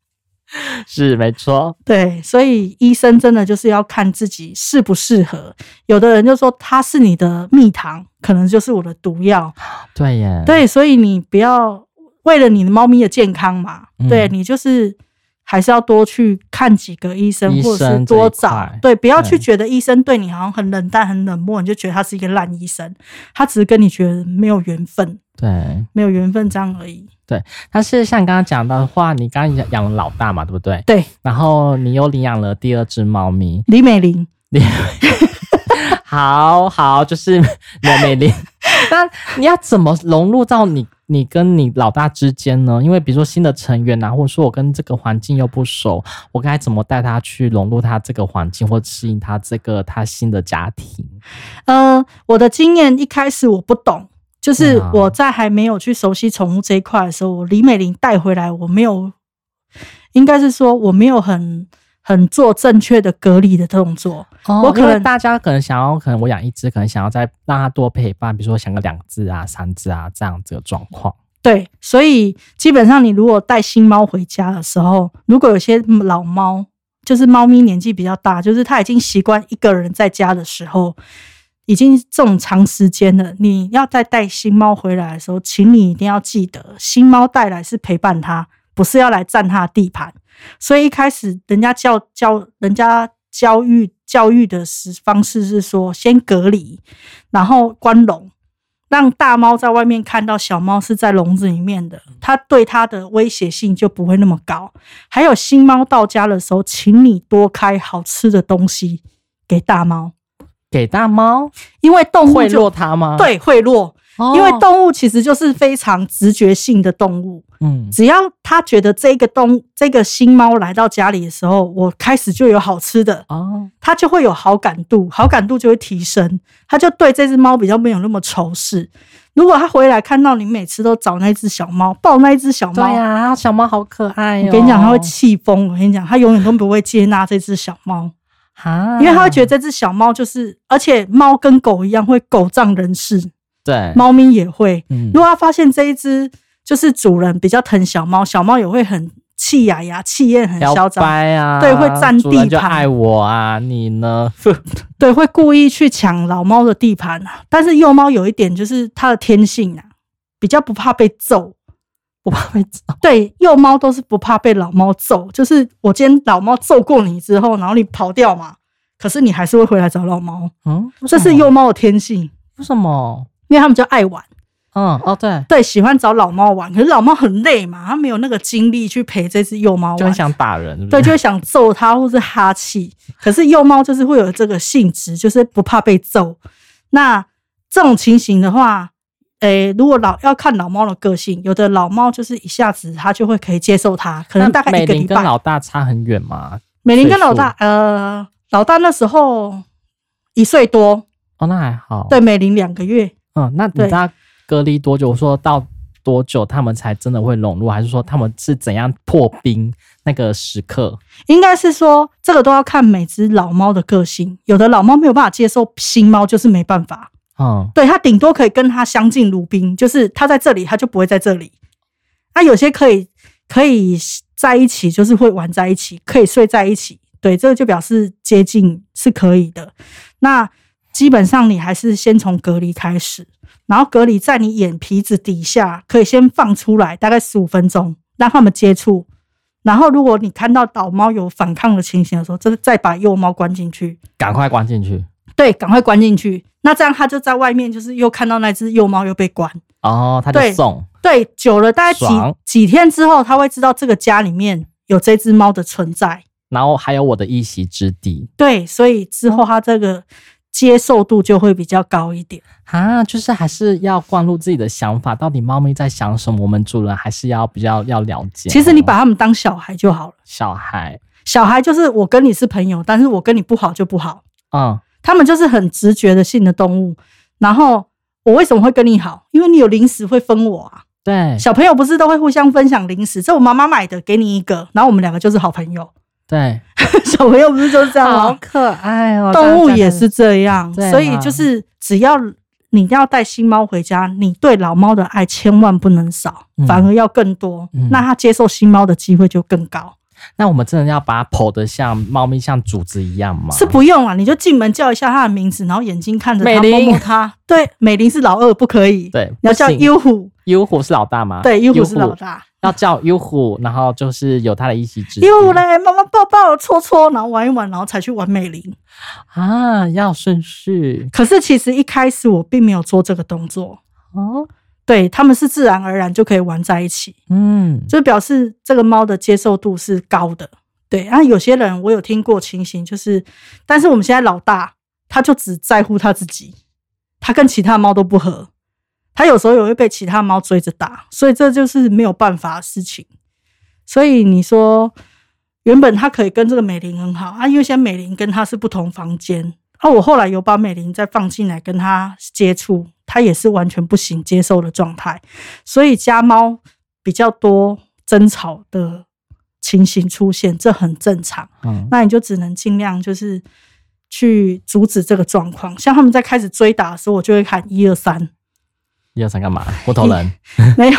是没错，对，所以医生真的就是要看自己适不适合。有的人就说他是你的蜜糖，可能就是我的毒药，对耶，对，所以你不要为了你的猫咪的健康嘛，嗯对你就是。还是要多去看几个医生，医生或者是多这一找块，对，不要去对觉得医生对你好像很冷淡、很冷漠，你就觉得他是一个烂医生，他只是跟你觉得没有缘分，对。没有缘分这样而已。但是像你刚刚讲到的话，你刚刚养养了老大嘛，对不对？对，然后你又领养了第二只猫 咪，李美玲，好好，就是美美 玲。那你要怎么融入到你你跟你老大之间呢？因为比如说新的成员啊，或者说我跟这个环境又不熟，我该怎么带他去融入他这个环境，或适应他这个他新的家庭？呃，我的经验一开始我不懂，就是啊我在还没有去熟悉宠物这一块的时候，我李美玲带回来，我没有，应该是说我没有很很做正确的隔离的动作。哦我可因为能大家可能想要，可能我养一只，可能想要再让它多陪伴，比如说想个两只啊、三只啊这样子的状况。对，所以基本上你如果带新猫回家的时候，如果有些老猫，就是猫咪年纪比较大，就是它已经习惯一个人在家的时候，已经这种长时间了，你要再带新猫回来的时候，请你一定要记得，新猫带来是陪伴它，不是要来占它的地盘。所以一开始人家教教人家教育教育的时方式是说，先隔离，然后关笼，让大猫在外面看到小猫是在笼子里面的，它对它的威胁性就不会那么高。还有新猫到家的时候，请你多开好吃的东西给大猫，给大猫因为动物贿就赂它吗？，哦对贿赂，因为动物其实就是非常直觉性的动物，嗯只要它觉得这个动这个新猫来到家里的时候，我开始就有好吃的，哦它就会有好感度，好感度就会提升，它就对这只猫比较没有那么仇视。如果它回来看到你每次都找那只小猫，抱那只小对啊猫，呀、小猫好可爱哦。啊我跟你讲，它会气疯。我跟你讲，它永远都不会接纳这只小猫，啊，因为它会觉得这只小猫就是，而且猫跟狗一样会狗仗人势，对，猫咪也会。嗯如果它发现这一只就是主人比较疼小猫，小猫也会很气呀呀，气焰很摇嚣张，摆啊，对会占主人就地盘爱我啊，你呢？ 对，会故意去抢老猫的地盘啊。但是幼猫有一点就是它的天性啊，比较不怕被揍。我怕被揍对，幼猫都是不怕被老猫揍，就是我今天老猫揍过你之后，然后你跑掉嘛，可是你还是会回来找老猫，嗯，为这什是么幼猫的天性，为什么？因为它们就爱玩，嗯，哦对，对，喜欢找老猫玩。可是老猫很累嘛，它没有那个精力去陪这只幼猫就很玩，想打人，是不对，是就会想揍它或是哈气。可是幼猫就是会有这个性质，就是不怕被揍。那这种情形的话，诶、如果老要看老猫的个性，有的老猫就是一下子它就会可以接受它，可那能大概美一个玲礼跟拜。老大差很远嘛？美玲跟岁数老大，呃，老大那时候一岁多，哦，那还好。对，，美玲两个月，嗯，那你对知道隔离多久？我说到多久他们才真的会融入，还是说他们是怎样破冰那个时刻？应该是说这个都要看每只老猫的个性，有的老猫没有办法接受新猫，就是没办法，嗯，对它顶多可以跟它相敬如宾，就是它在这里，它就不会在这里。那、有些可以可以在一起，就是会玩在一起，可以睡在一起，对，这个就表示接近是可以的。那基本上你还是先从隔离开始，然后隔离在你眼皮子底下可以先放出来，大概十五分钟，让他们接触。然后如果你看到导猫有反抗的情形的时候，这再把幼猫关进去，赶快关进去。对，赶快关进去。那这样它就在外面，就是又看到那只幼猫又被关。哦，他就对送。对，久了大概几爽几天之后，它会知道这个家里面有这只猫的存在。然后还有我的一席之地对，所以之后它这个接受度就会比较高一点。啊，就是还是要灌入自己的想法，到底猫咪在想什么，我们主人还是要比较要了解哦。其实你把它们当小孩就好了。小孩，小孩就是我跟你是朋友，但是我跟你不好就不好。嗯，他们就是很直觉的性的动物。然后我为什么会跟你好？因为你有零食会分我啊。对小朋友不是都会互相分享零食？这我妈妈买的，给你一个，然后我们两个就是好朋友。对， 小朋友不是就是这样吗？可爱哦动物也是这样，对啦所以就是只要你要带新猫回家，你对老猫的爱千万不能少，嗯反而要更多。嗯那它接受新猫的机会就更高。那我们真的要把它剖得像猫咪像竹子一样吗？是不用啊，你就进门叫一下它的名字，然后眼睛看着美它，玲摸摸它。对，美玲是老二，不可以。对，你要叫不行优虎，优虎是老大吗？对，优优虎是老，大。要叫优虎，然后就是有它的一席之地。优虎嘞，妈妈抱抱，搓搓，然后玩一玩，然后才去玩美玲。啊，要顺序可是其实一开始我并没有做这个动作，哦，对他们是自然而然就可以玩在一起，嗯，就表示这个猫的接受度是高的。对，啊，有些人我有听过情形，就是，但是我们现在老大他就只在乎他自己，他跟其他猫都不合，他有时候也会被其他猫追着打，所以这就是没有办法的事情。所以你说，原本他可以跟这个美玲很好啊，因为现在美玲跟他是不同房间啊，我后来有把美玲再放进来跟他接触，他也是完全不行接受的状态，所以家猫比较多争吵的情形出现，这很正常。嗯那你就只能尽量就是去阻止这个状况。像他们在开始追打的时候，我就会喊一二三， 一二三干嘛？木头人，没有，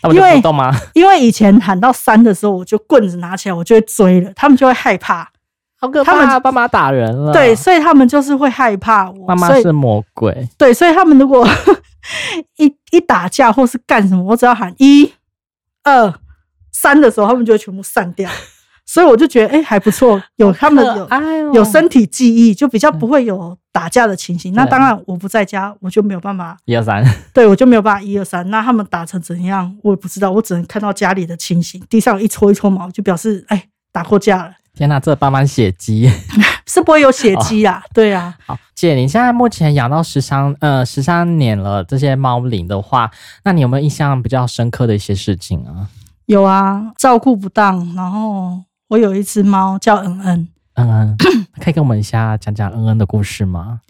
他们就因为不动吗？因为以前喊到三的时候，我就棍子拿起来，我就会追了，他们就会害啊怕。好可怕他们爸妈打人了。对，所以他们就是会害怕我。妈妈所以是魔鬼。对，所以他们如果 一一打架或是干什么，我只要喊一、二、三的时候，他们就会全部散掉。所以我就觉得，哎、还不错，有他们有爱哦嗯有身体记忆，就比较不会有打架的情形。那当然，我不在家，我就没有办法，一二三， 对我就没有办法一二三。那他们打成怎样，我也不知道，我只能看到家里的情形，地上有一撮一撮毛，就表示哎，打过架了，天哪、这爸妈血迹。 是不会有哦血迹啊，对啊，好，姐，你现在目前养到十三呃十三年了，这些猫龄的话，那你有没有印象比较深刻的一些事情啊？有啊，照顾不当。然后我有一只猫叫恩恩，嗯 恩，可以跟我们一下讲讲恩恩的故事吗？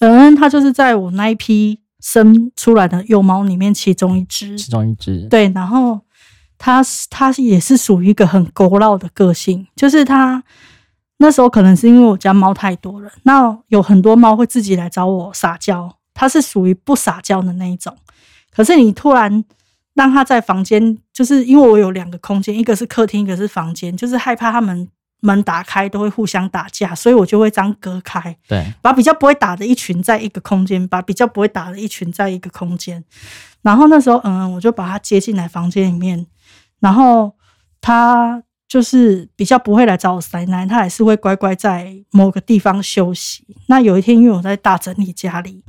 恩恩它就是在我那一批生出来的幼猫里面其中一只，其中一只，对，然后它是它也是属于一个很狗闹的个性，就是它那时候可能是因为我家猫太多了，那有很多猫会自己来找我撒娇，它是属于不撒娇的那一种。可是你突然让它在房间，就是因为我有两个空间，一个是客厅，一个是房间，就是害怕它们门打开都会互相打架，所以我就会这样隔开。对，把比较不会打的一群在一个空间，把比较不会打的一群在一个空间。然后那时候，嗯，我就把他接进来房间里面，然后他就是比较不会来找我塞奶，他还是会乖乖在某个地方休息。那有一天，因为我在大整理家里，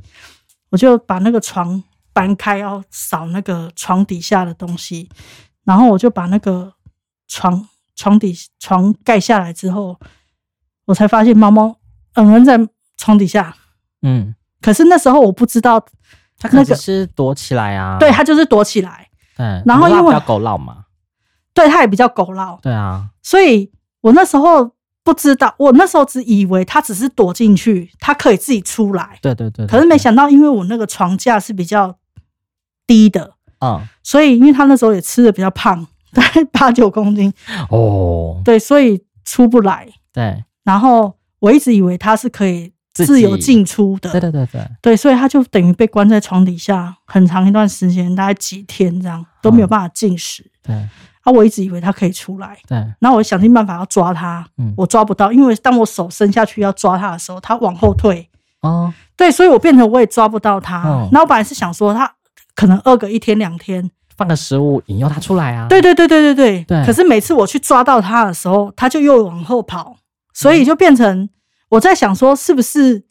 我就把那个床搬开，要扫那个床底下的东西，然后我就把那个床床底床盖下来之后，我才发现猫猫嗯嗯在床底下，嗯，可是那时候我不知道，它可能那个是躲起来啊，对它就是躲起来，对，然后你知道因为它比较狗闹嘛，对它也比较狗闹，对啊，所以我那时候不知道，我那时候只以为它只是躲进去，它可以自己出来。对对对，对可是没，想到，因为我那个床架是比较低的，对嗯，所以因为它那时候也吃的比较胖，大概 八九公斤，哦，对，所以出不来。对，然后我一直以为它是可以自己自由进出的，对对对对，对，所以他就等于被关在床底下很长一段时间，大概几天这样都嗯没有办法进食。对啊，我一直以为他可以出来，对，然后我想尽办法要抓他，嗯我抓不到，因为当我手伸下去要抓他的时候，他往后退，哦，对，所以我变成我也抓不到他。嗯那、我本来是想说他可能饿个一天两天，放个食物引诱它出来啊，对对对对对对。对可是每次我去抓到他的时候，他就又往后跑，所嗯以就变成我在想说，是不是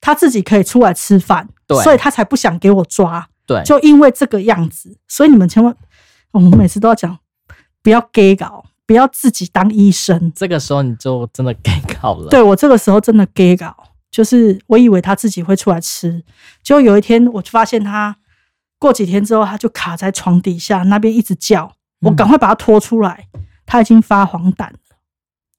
他自己可以出来吃饭对，所以他才不想给我抓。对，就因为这个样子，所以你们千万，哦我们每次都要讲，不要 gay 搞，不要自己当医生。这个时候你就真的给搞了，对我这个时候真的 gay 搞，就是我以为他自己会出来吃，结果有一天我就发现他过几天之后，他就卡在床底下那边一直叫，我嗯赶快把他拖出来，他已经发黄疸了，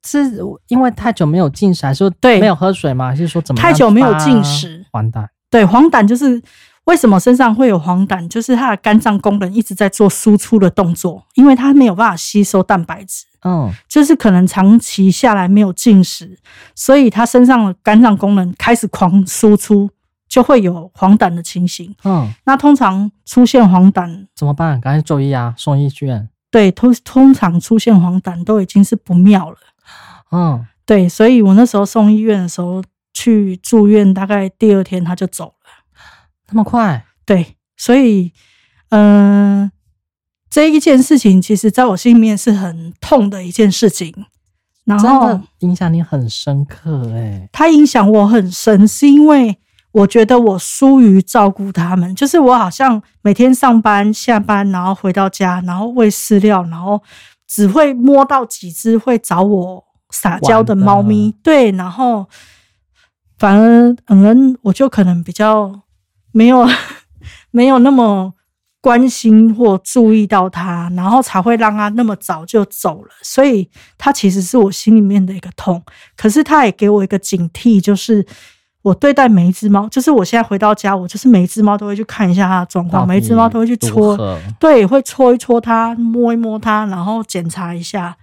是因为太久没有进食，还是说对没有喝水吗？还是说怎么样太久没有发进食？完蛋，对，黄疸就是为什么身上会有黄疸，就是他的肝脏功能一直在做输出的动作，因为他没有办法吸收蛋白质。嗯，就是可能长期下来没有进食，所以他身上的肝脏功能开始狂输出，就会有黄疸的情形。嗯，那通常出现黄疸，怎么办？赶紧就医啊，送医去院。对，通通常出现黄疸都已经是不妙了。嗯，对，所以我那时候送医院的时候去住院，大概第二天他就走了。那么快？对，所以，嗯、这一件事情其实在我心里面是很痛的一件事情。然真后的影响你很深刻哎、它影响我很深，是因为我觉得我疏于照顾他们，就是我好像每天上班、下班，然后回到家，然后喂饲料，然后只会摸到几只会找我撒娇的猫玩咪，对，然后反而嗯，我就可能比较没有 没有那么。关心或注意到它，然后才会让它那么早就走了，所以它其实是我心里面的一个痛。可是它也给我一个警惕，就是我对待每一只猫，就是我现在回到家，我就是每一只猫都会去看一下它的状况，每一只猫都会去哦到底戳如，何，对，会搓一搓它，摸一摸它，然后检查一下。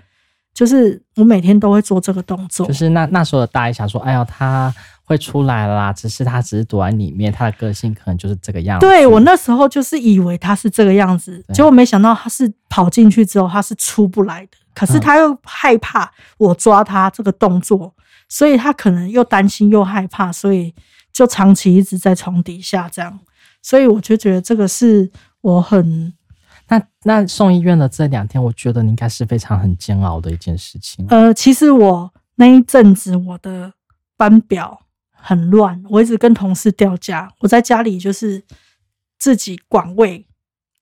就是我每天都会做这个动作，就是那那时候的大一想说，哎呀，他会出来啦，只是他只是躲在里面，他的个性可能就是这个样子。对我那时候就是以为它是这个样子，对结果没想到它是跑进去之后它是出不来的，可嗯是它又害怕我抓它这个动作，所以它可能又担心又害怕，所以就长期一直在床底下这样，所以我就觉得这个是我很那那送医院的这两天，我觉得你应该是非常很煎熬的一件事情。呃，其实我那一阵子我的班表很乱，我一直跟同事调假，我在家里就是自己管位，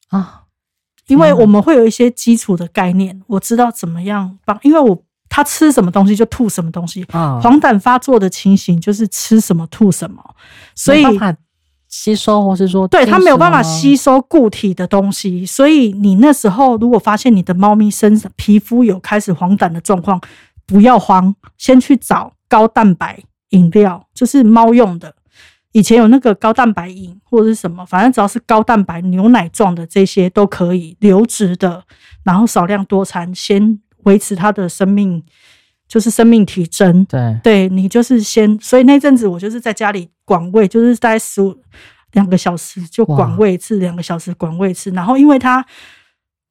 啊，呃因为我们会有一些基础的概念，我知道怎么样帮，因为我它吃什么东西就吐什么东西。啊，黄疸发作的情形就是吃什么吐什么，所以没办法吸收，或是说对它没有办法吸收吗啊吸收固体的东西，所以你那时候如果发现你的猫咪身上皮肤有开始黄疸的状况，不要慌，先去找高蛋白饮料，就是猫用的。以前有那个高蛋白饮或者是什么，反正只要是高蛋白牛奶状的这些都可以，流质的，然后少量多餐，先维持它的生命，就是生命体征。对，对你就是先，所以那阵子我就是在家里广喂，就是大概十五两个小时就广喂一次，两个小时广喂一次。然后因为它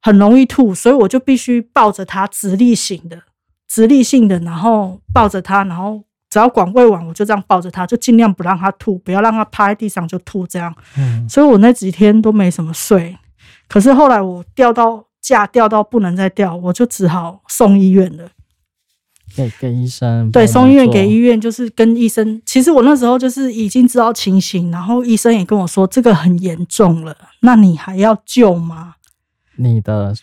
很容易吐，所以我就必须抱着它直立型的、直立性的，然后抱着它，然后只要广喂完，我就这样抱着它，就尽量不让它吐，不要让它趴在地上就吐这样。嗯，所以我那几天都没什么睡。可是后来我掉到架掉到不能再掉，我就只好送医院了。给给医生对，送医院给医院院就是跟医生。其实我那时候就是已经知道情形，然后医生也跟我说这个很严重了，那你还要救吗？你的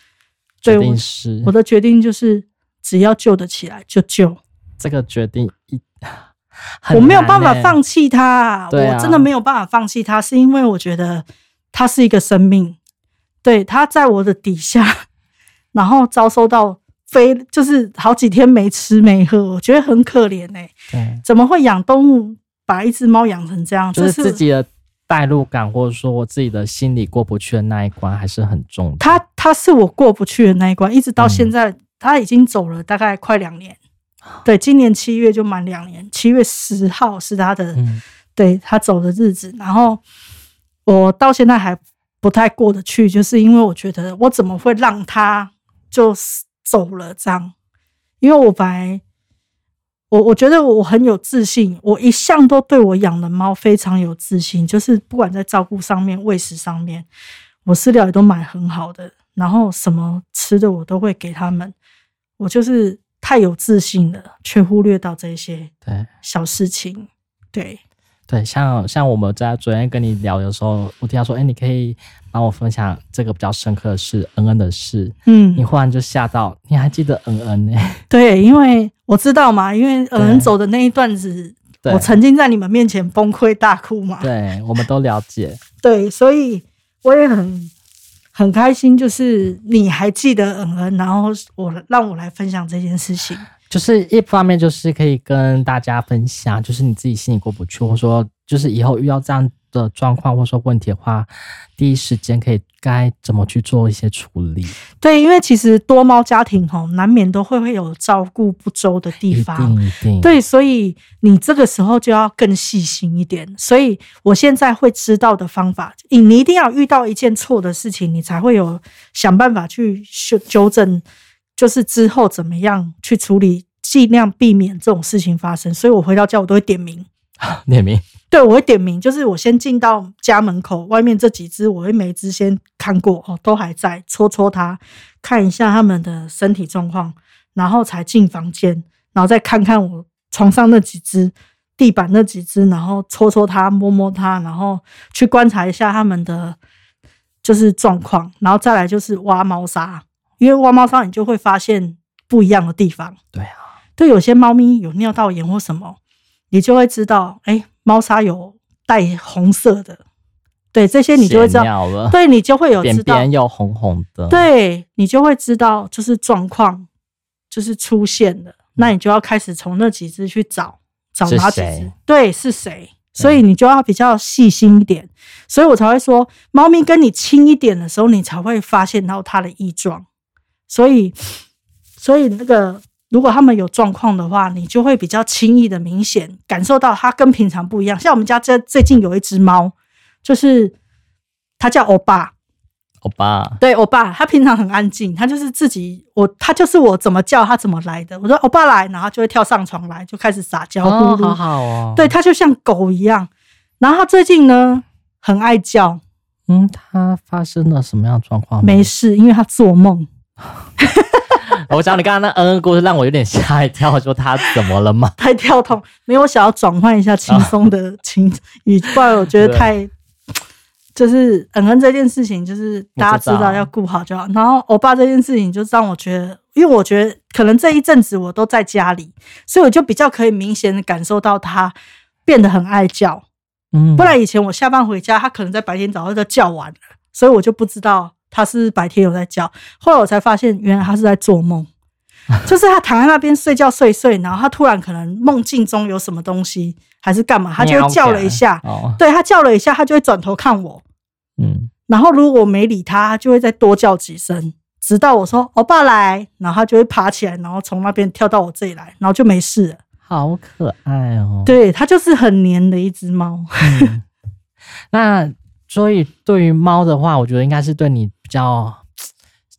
对决我定是我的决定就是只要救得起来就救，这个决定一， 很我没有难办法欸放弃他，对啊我真的没有办法放弃他，是因为我觉得他是一个生命，对，他在我的底下， 然后遭受到非就是好几天没吃没喝，我觉得很可怜哎、对，怎么会养动物把一只猫养成这样？就这是自己的代入感，或者说我自己的心里过不去的那一关，还是很重的。他他是我过不去的那一关，一直到现在，他已经走了大概快两年。对，今年七月就满两年，七月十号是他的，嗯，对他走的日子。然后我到现在还不太过得去，就是因为我觉得我怎么会让他就走了这样？因为我本来我我觉得我很有自信，我一向都对我养的猫非常有自信，就是不管在照顾上面、喂食上面，我饲料也都买很好的，然后什么吃的我都会给他们。我就是太有自信了，却忽略到这些对小事情。对，对，像像我们在昨天跟你聊的时候，我听到说，哎、你可以帮我分享这个比较深刻的事，恩恩的事，嗯你，忽然就吓到，你还记得恩恩 呢、对，因为我知道嘛，因为对嗯走的那一段子，对我曾经在你们面前崩溃大哭嘛。对，我们都了解，对，所以我也很很开心，就是你还记得嗯嗯，然后我让我来分享这件事情。就是一方面就是可以跟大家分享，就是你自己心里过不去，或者说就是以后遇到这样的状况或者说问题的话，第一时间可以该怎么去做一些处理，对，因为其实多猫家庭吼，难免都会会有照顾不周的地一方。定一定，对，所以你这个时候就要更细心一点。所以我现在会知道的方法，你你一定要遇到一件错的事情，你才会有想办法去修纠正，就是之后怎么样去处理，尽量避免这种事情发生。所以我回到家，我都会点名。点名，对，我会点名，就是我先进到家门口，外面这几只我会每一只先看过哦，都还在，戳戳它，看一下它们的身体状况，然后才进房间，然后再看看我床上那几只、地板那几只，然后戳戳它、摸摸它，然后去观察一下它们的就是状况，然后再来就是挖猫砂，因为挖猫砂你就会发现不一样的地方。对啊，对有些猫咪有尿道炎或什么，你就会知道，哎，猫砂有带红色的，对这些你就会知血道，尿了，对你就会有扁知道，扁又红红的，，对你就会知道就是状况就是出现了，嗯那你就要开始从那几只去找，找是哪几只谁，对是谁。对所以你就要比较细心一点，所以我才会说，猫咪跟你亲一点的时候，你才会发现到它的异状。所以，所以那个如果它们有状况的话，你就会比较轻易的明显感受到它跟平常不一样。像我们家这最近有一只猫，就是它叫欧巴，欧巴，对，欧巴，他平常很安静，他就是自己，我他就是我怎么叫他怎么来的。我说欧巴来，然后他就会跳上床来，就开始撒娇呼哦，噜。好好哦，对，，他就像狗一样。然后他最近呢，很爱叫，嗯，他发生了什么样的状况？没，事，因为他做梦。我想你刚刚那嗯嗯故事让我有点吓一跳，说他怎么了嘛？太跳痛，啊没有，我想要转换一下轻松的情语，不然我觉得太，就是嗯恩这件事情，就是大家知我知道道要顾好就好。然后欧巴这件事情，就让我觉得，因为我觉得可能这一阵子我都在家里，所以我就比较可以明显的感受到他变得很爱叫。嗯不然以前我下班回家，他可能在白天早上就叫完了，所以我就不知道他是白天有在叫。后来我才发现，原来他是在做梦，就是他躺在那边睡觉睡一睡，然后他突然可能梦境中有什么东西还是干嘛，他就会叫了一下。哦，对他叫了一下，他就会转头看我，嗯，然后如果我没理他，他就会再多叫几声，直到我说“欧巴来”，然后他就会爬起来，然后从那边跳到我这里来，然后就没事了。好可爱哦。对，它就是很黏的一只猫。嗯那所以对于猫的话，我觉得应该是对你比较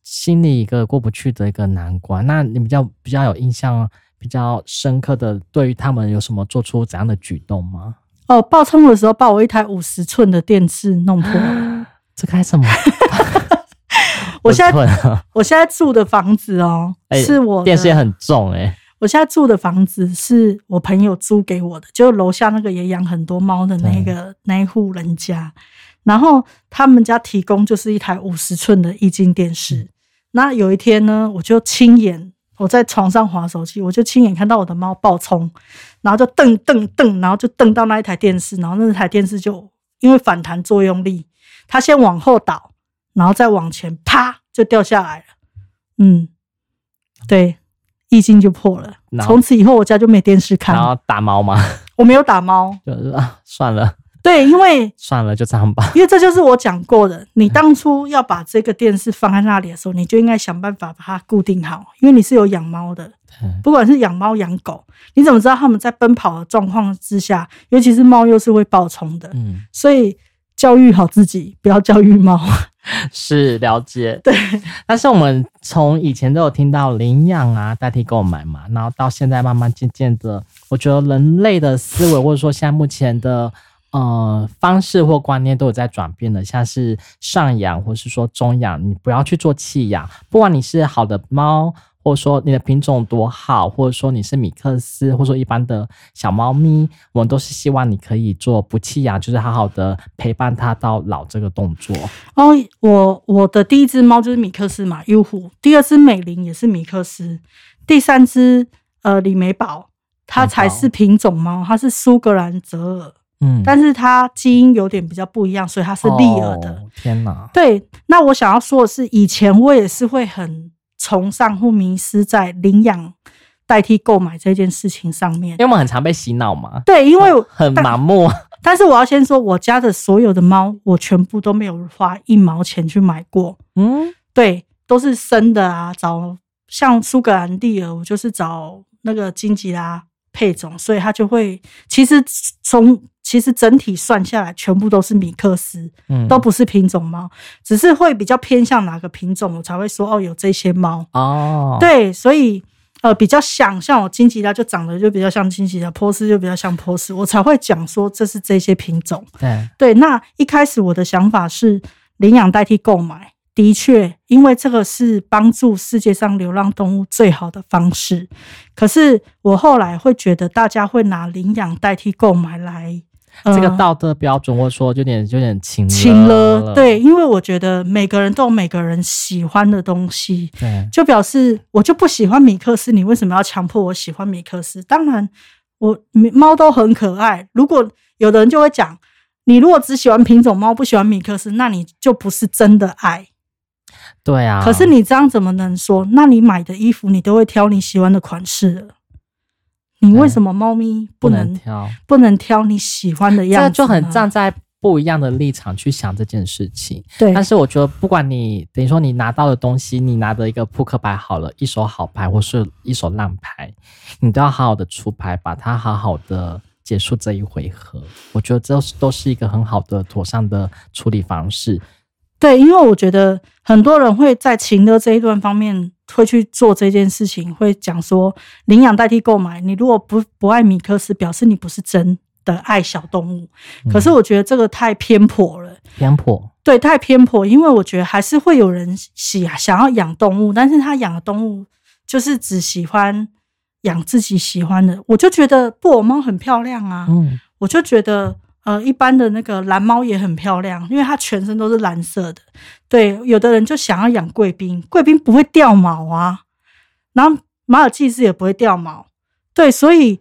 心里一个过不去的一个难关。那你比较比较有印象、比较深刻的，对于它们有什么做出怎样的举动吗？哦，爆冲的时候把我一台五十寸的电视弄破了。啊这该什么？ 我现在不是很我现在住的房子哦，哎是我的电视也很重哎、我现在住的房子是我朋友租给我的，就楼下那个也养很多猫的那个那一户人家，然后他们家提供就是一台五十寸的液晶电嗯视。那有一天呢，我就亲眼我在床上划手机，我就亲眼看到我的猫暴冲，然后就瞪瞪瞪，然后就瞪到那一台电视，然后那台电视就因为反弹作用力，它先往后倒，然后再往前，啪就掉下来了。嗯，对，易经就破了然。后从此以后，我家就没电视看然。后打猫嘛，我没有打猫， 就是啊，算了对，因为算了，就这样吧。因为这就是我讲过的，你当初要把这个电视放在那里的时候，你就应该想办法把它固定好，因为你是有养猫的，嗯不管是养猫养狗，你怎么知道它们在奔跑的状况之下，尤其是猫又是会暴冲的，嗯，所以教育好自己，不要教育猫。是了解，对。但是我们从以前都有听到领养啊代替购买嘛，然后到现在慢慢渐渐的，我觉得人类的思维或者说现在目前的呃方式或观念都有在转变的，像是上养或是说中养，你不要去做弃养，不管你是好的猫。或者说你的品种多好，或者说你是米克斯，或者说一般的小猫咪，我们都是希望你可以做不弃养，就是好好的陪伴它到老这个动作。然后哦我我的第一只猫就是米克斯嘛，优虎；第二只美玲也是米克斯；第三只呃李美宝，它才是品种猫，它是苏格兰折耳，嗯，但是它基因有点比较不一样，所以它是利耳的。哦天哪，对，那我想要说的是，以前我也是会很崇尚或迷失在领养代替购买这件事情上面因。为我们很常被洗脑嘛，对，因为很但盲目。但是我要先说，我家的所有的猫，我全部都没有花一毛钱去买过。嗯，对，都是生的啊，找像苏格兰蒂尔，我就是找那个金吉拉配种，所以它就会其实从其实整体算下来，全部都是米克斯，嗯都不是品种猫，只是会比较偏向哪个品种，我才会说哦有这些猫。哦，，对，所以。呃，比较像像我金吉拉就长得就比较像金吉拉，波斯就比较像波斯，我才会讲说这是这些品种。对，对，那一开始我的想法是领养代替购买，的确，因为这个是帮助世界上流浪动物最好的方式。可是我后来会觉得，大家会拿领养代替购买来、呃这个道德标准或者说有点有点轻请了，了，对，因为我觉得每个人都有每个人喜欢的东西，对，就表示我就不喜欢米克斯，你为什么要强迫我喜欢米克斯？当然，我猫都很可爱。如果有的人就会讲，你如果只喜欢品种猫，不喜欢米克斯，那你就不是真的爱。对啊。可是你这样怎么能说？那你买的衣服你都会挑你喜欢的款式了，你为什么猫咪不不能能挑，不能挑你喜欢的这样个子？就很站。在不一样的立场去想这件事情。对但是我觉得，不管你等于说你拿到的东西，你拿的一个扑克牌好了，一手好牌或是一手烂牌，你都要好好的出牌，把它好好的结束这一回合。我觉得这是都是一个很好的妥善的处理方式。对，因为我觉得很多人会在情的这一段方面会去做这件事情，会讲说领养代替购买。你如果不不爱米克斯，表示你不是真的爱小动物。可是我觉得这个太偏颇了。偏颇，对，太偏颇，因为我觉得还是会有人喜想要养动物，但是他养的动物就是只喜欢养自己喜欢的。我就觉得布偶猫很漂亮啊，嗯，我就觉得呃，一般的那个蓝猫也很漂亮，因为它全身都是蓝色的。对，有的人就想要养贵宾，贵宾不会掉毛啊，然后马尔济斯也不会掉毛。对，所以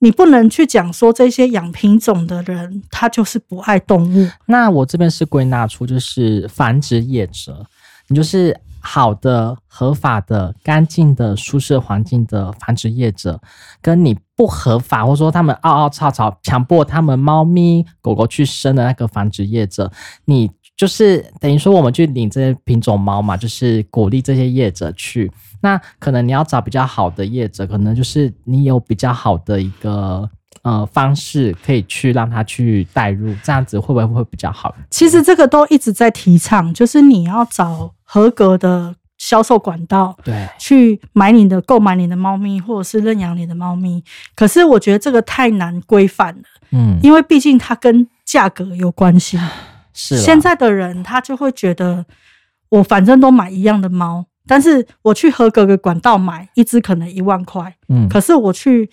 你不能去讲说这些养品种的人他就是不爱动物。那我这边是归纳出，就是繁殖业者，你就是好的、合法的、干净的、舒适环境的繁殖业者，跟你不合法，或者说他们嗷嗷吵吵，强迫他们猫咪、狗狗去生的那个繁殖业者，你就是等于说我们去领这些品种猫嘛，就是鼓励这些业者去。那可能你要找比较好的业者，可能就是你有比较好的一个呃方式可以去让它去带入，这样子会不会会比较好？其实这个都一直在提倡，就是你要找合格的销售管道，对，去买你的、购买你的猫咪，或者是认养你的猫咪。可是我觉得这个太难规范了，嗯，因为毕竟它跟价格有关系。是啊啦现在的人他就会觉得，我反正都买一样的猫，但是我去合格的管道买一只可能一万块，嗯可是我去，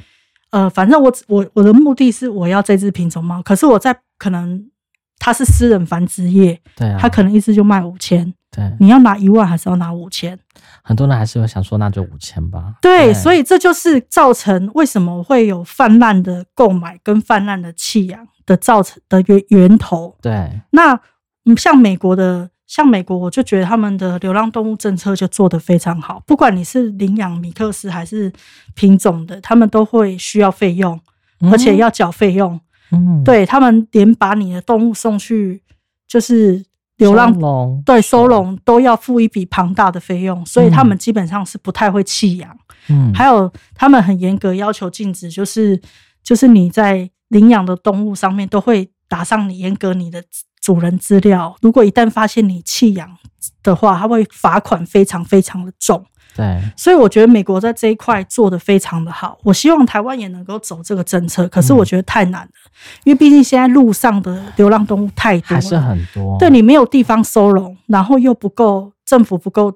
呃，反正我只我我的目的是我要这只品种猫，可是我在可能它是私人繁殖业，对啊，它可能一只就卖五千，对你要拿一万还是要拿五千？很多人还是会想说，那就五千吧。对，所以这就是造成为什么会有泛滥的购买跟泛滥的弃养的造成的源源头。对，那嗯像美国的，像美国，我就觉得他们的流浪动物政策就做得非常好。不管你是领养米克斯还是品种的，他们都会需要费用，而且要缴费用。嗯，对他们连把你的动物送去就是流浪收容对收容都要付一笔庞大的费用，所以他们基本上是不太会弃养。嗯，还有他们很严格要求禁止，就是就是你在领养的动物上面都会打上你严格你的主人资料，如果一旦发现你弃养的话，他会罚款非常非常的重。对，所以我觉得美国在这一块做得非常的好，我希望台湾也能够走这个政策，可嗯是我觉得太难了，因为毕竟现在路上的流浪动物太多还是了，很多。对你没有地方收容，然后又不够政府不够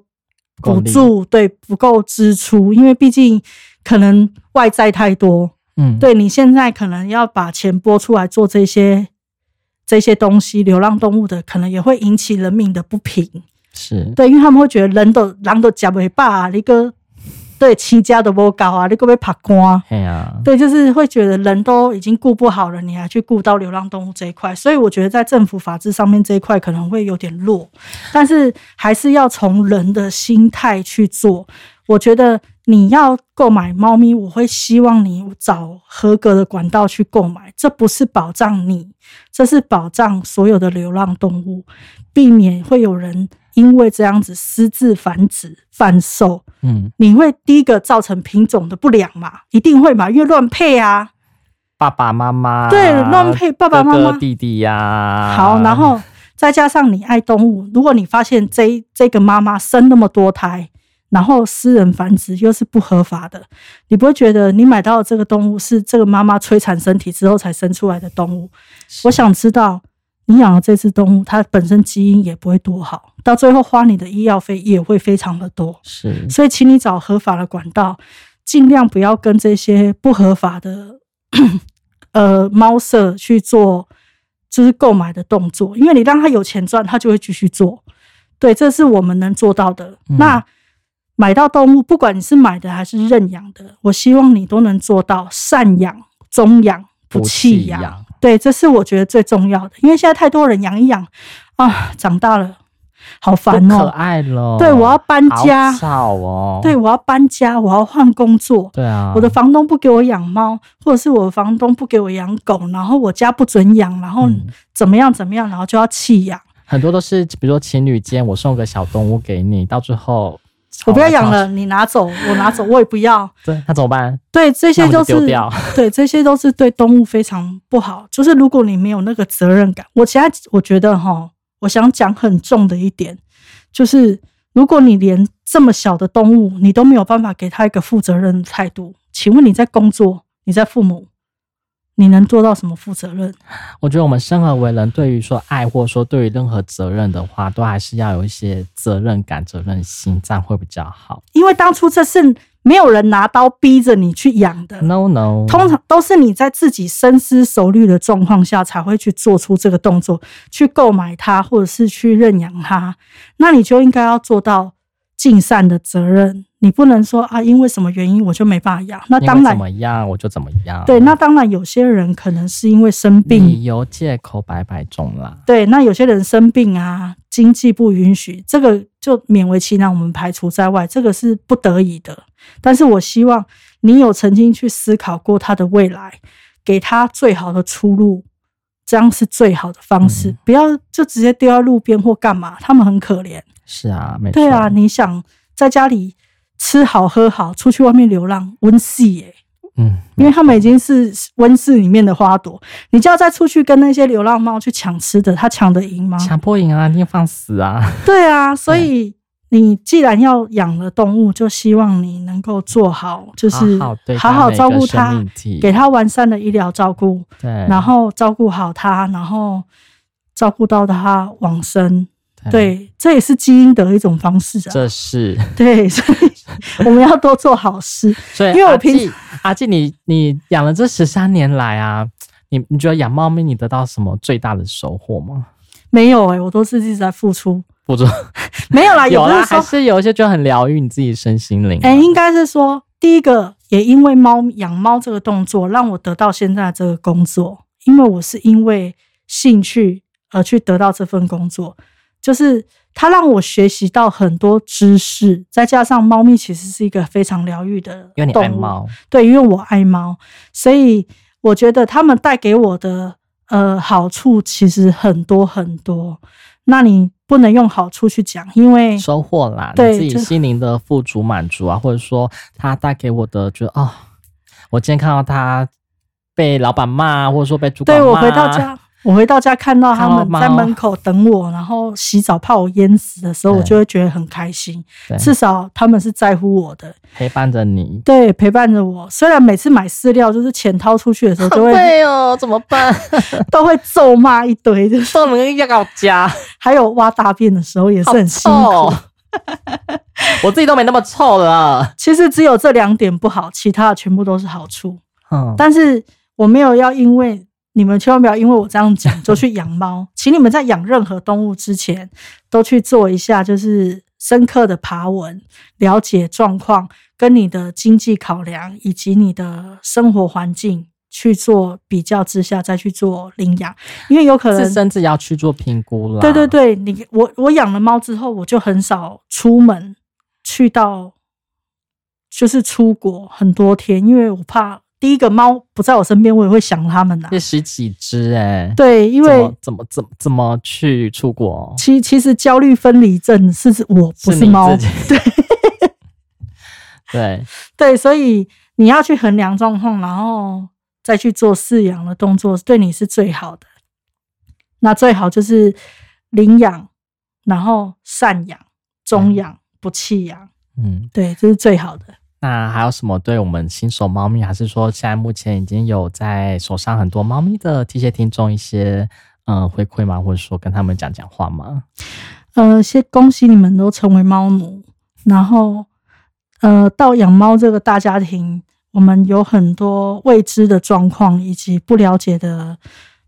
够补力助，对不够支出，因为毕竟可能外债太多，嗯，对你现在可能要把钱拨出来做这些这些东西，流浪动物的可能也会引起人民的不平。是，对，因为他们会觉得人都人都夹尾巴啊，你个对起家都不高啊，你个被爬光。哎呀，对，就是会觉得人都已经顾不好了，你还去顾到流浪动物这一块，所以我觉得在政府法制上面这一块可能会有点弱，但是还是要从人的心态去做。我觉得你要购买猫咪，我会希望你找合格的管道去购买，这不是保障你，这是保障所有的流浪动物，避免会有人因为这样子私自繁殖、贩售。嗯，你会第一个造成品种的不良嘛？一定会嘛，因为乱配啊，爸爸妈妈对，乱配爸爸妈啊哥妈哥弟啊弟呀、好，然后再加上你爱动物，如果你发现这一这个妈妈生那么多胎，然后私人繁殖又是不合法的，你不会觉得你买到的这个动物是这个妈妈摧残身体之后才生出来的动物？是我想知道你养的这只动物，它本身基因也不会多好，到最后花你的医药费也会非常的多。是所以请你找合法的管道，尽量不要跟这些不合法的 呃猫舍去做就是购买的动作，因为你让他有钱赚，他就会继续做。对，这是我们能做到的。嗯那买到动物，不管你是买的还是认养的，我希望你都能做到善养、中养、不弃养。养，对，这是我觉得最重要的，因为现在太多人养一养啊，长大了好不烦可哦、爱了。对，我要搬家，好吵哦。对，我要搬家，我要换工作，对啊，我的房东不给我养猫，或者是我的房东不给我养狗，然后我家不准养，然后嗯怎么样怎么样，然后就要弃养，很多都是，比如说情侣间，我送个小动物给你，到最后我不要养吵来吵了，你拿走，我拿走，我也不要。去，对，那怎么办？对，这些那我都就是丢掉 对，这些都是对动物非常不好。就是如果你没有那个责任感，我现在我觉得哈，我想讲很重的一点，就是如果你连这么小的动物你都没有办法给他一个负责任的态度，请问你在工作，你在父母，你能做到什么负责任？我觉得我们生而为人，对于说爱或者说对于任何责任的话，都还是要有一些责任感、责任心，这样会比较好。因为当初这是没有人拿刀逼着你去养的。 No no，通常都是你在自己深思熟虑的状况下才会去做出这个动作，去购买它，或者是去认养它。那你就应该要做到尽善的责任，你不能说啊，因为什么原因我就没办法养。那因为当然怎，么啊样我就怎么样。对，那当然有些人可能是因为生病，理由借口百百种啦。对，那有些人生病啊，经济不允许，这个就勉为其难，我们排除在外，这个是不得已的。但是我希望你有曾经去思考过他的未来，给他最好的出路，这样是最好的方式，嗯不要就直接丢在路边或干嘛，他们很可怜。是啊，没错。对啊，你想在家里吃好喝好，出去外面流浪，温室耶、嗯，因为他们已经是温室里面的花朵，你就要再出去跟那些流浪猫去抢吃的，它抢得赢吗？强迫营啊，你放死啊！ 对啊，所以你既然要养了动物，就希望你能够做好，就是好好对待好好照顾每个生它命，体给它完善的医疗照顾，对，然后照顾好它，然后照顾到它往生。对，这也是基因的一种方式啊。这 是对，所以我们要多做好事。所以阿纪，因为我平阿纪，你你养了这十三年来啊，你你觉得养猫咪你得到什么最大的收获吗？没有哎、我都是一直在付出。不知道， 没有啦，啊也 有不啦，是还说是有一些觉得很疗愈你自己身心灵啊、哎、应该是说，第一个也因为猫养猫这个动作，让我得到现在这个工作，因为我是因为兴趣而去得到这份工作，就是它让我学习到很多知识，再加上猫咪其实是一个非常疗愈的因为你爱动物，猫，对，因为我爱猫，所以我觉得它们带给我的呃好处其实很多很多。那你不能用好处去讲，因为收获啦，哎对你自己就心灵的富足满足啊，或者说它带给我的觉得哦，我今天看到它被老板骂，或者说被主管对骂，我回到家， 我回到家看到他看们到在猫门口等我，然后洗澡怕我淹死的时候，对我就会觉得很开心。对至少他们是在乎我的，陪伴着你，对，陪伴着我。虽然每次买饲料就是钱掏出去的时候，都会对哦，怎么办？ 都会咒骂一堆， 就是都能要搞家，还有挖大便的时候也是好很辛苦 臭。。哦我自己都没那么臭了，其实只有这两点不好，其他的全部都是好处。嗯，但是我没有要因为你们千万不要因为我这样讲就去养猫，请你们在养任何动物之前都去做一下就是深刻的爬文，了解状况，跟你的经济考量以及你的生活环境去做比较之下再去做领养，因为有可自能。身自己要去做评估了。对对对，你我我养了猫之后，我就很少出门去到，就是出国很多天，因为我怕第一个猫不在我身边，我也会想它们呐、啊这十几只哎、欸，对，因为怎么怎么怎么怎么去出国？其其实焦虑分离症是指我不是是你猫自，己 对，对，所以你要去衡量状况，然后再去做饲养的动作，对你是最好的。那最好就是领养，然后散养、中养、不弃养，嗯，对，这是最好的。那还有什么对我们新手猫咪，还是说现在目前已经有在手上很多猫咪的这些听众一些嗯回馈吗？或者说跟他们讲讲话吗？呃，先恭喜你们都成为猫奴，然后呃，到养猫这个大家庭，我们有很多未知的状况以及不了解的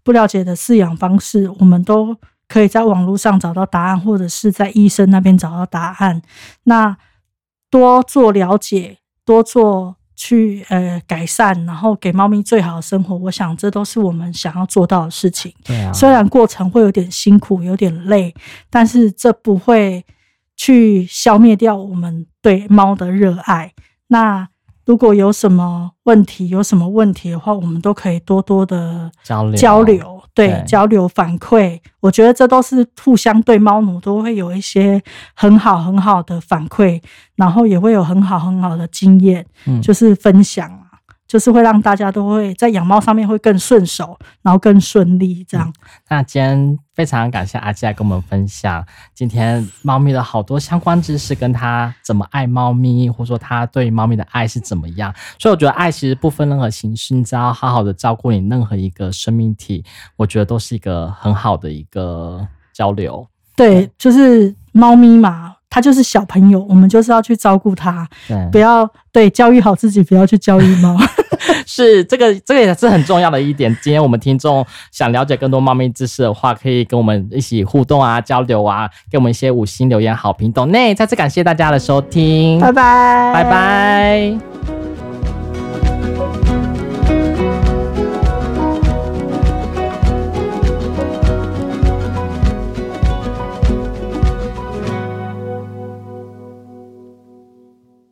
不了解的饲养方式，我们都可以在网络上找到答案，或者是在医生那边找到答案。那多做了解，多做。去呃改善，然后给猫咪最好的生活，我想这都是我们想要做到的事情。对啊，虽然过程会有点辛苦，有点累，但是这不会去消灭掉我们对猫的热爱。那如果有什么问题，有什么问题的话，我们都可以多多的交流交流，对对交流反馈，我觉得这都是互相对猫奴都会有一些很好很好的反馈，然后也会有很好很好的经验，嗯就是分享啊。就是会让大家都会在养猫上面会更顺手，然后更顺利这样。那今天非常感谢阿基来跟我们分享今天猫咪的好多相关知识，跟它怎么爱猫咪，或者说它对猫咪的爱是怎么样。所以我觉得爱其实不分任何形式，你只要好好的照顾你任何一个生命体，我觉得都是一个很好的一个交流。对，就是猫咪嘛，他就是小朋友，我们就是要去照顾他，对，不要对教育好自己，不要去教育猫。是这个，这个也是很重要的一点。今天我们听众想了解更多猫咪知识的话，可以跟我们一起互动啊、交流啊，给我们一些五星留言好评。懂内，再次感谢大家的收听，拜拜，拜拜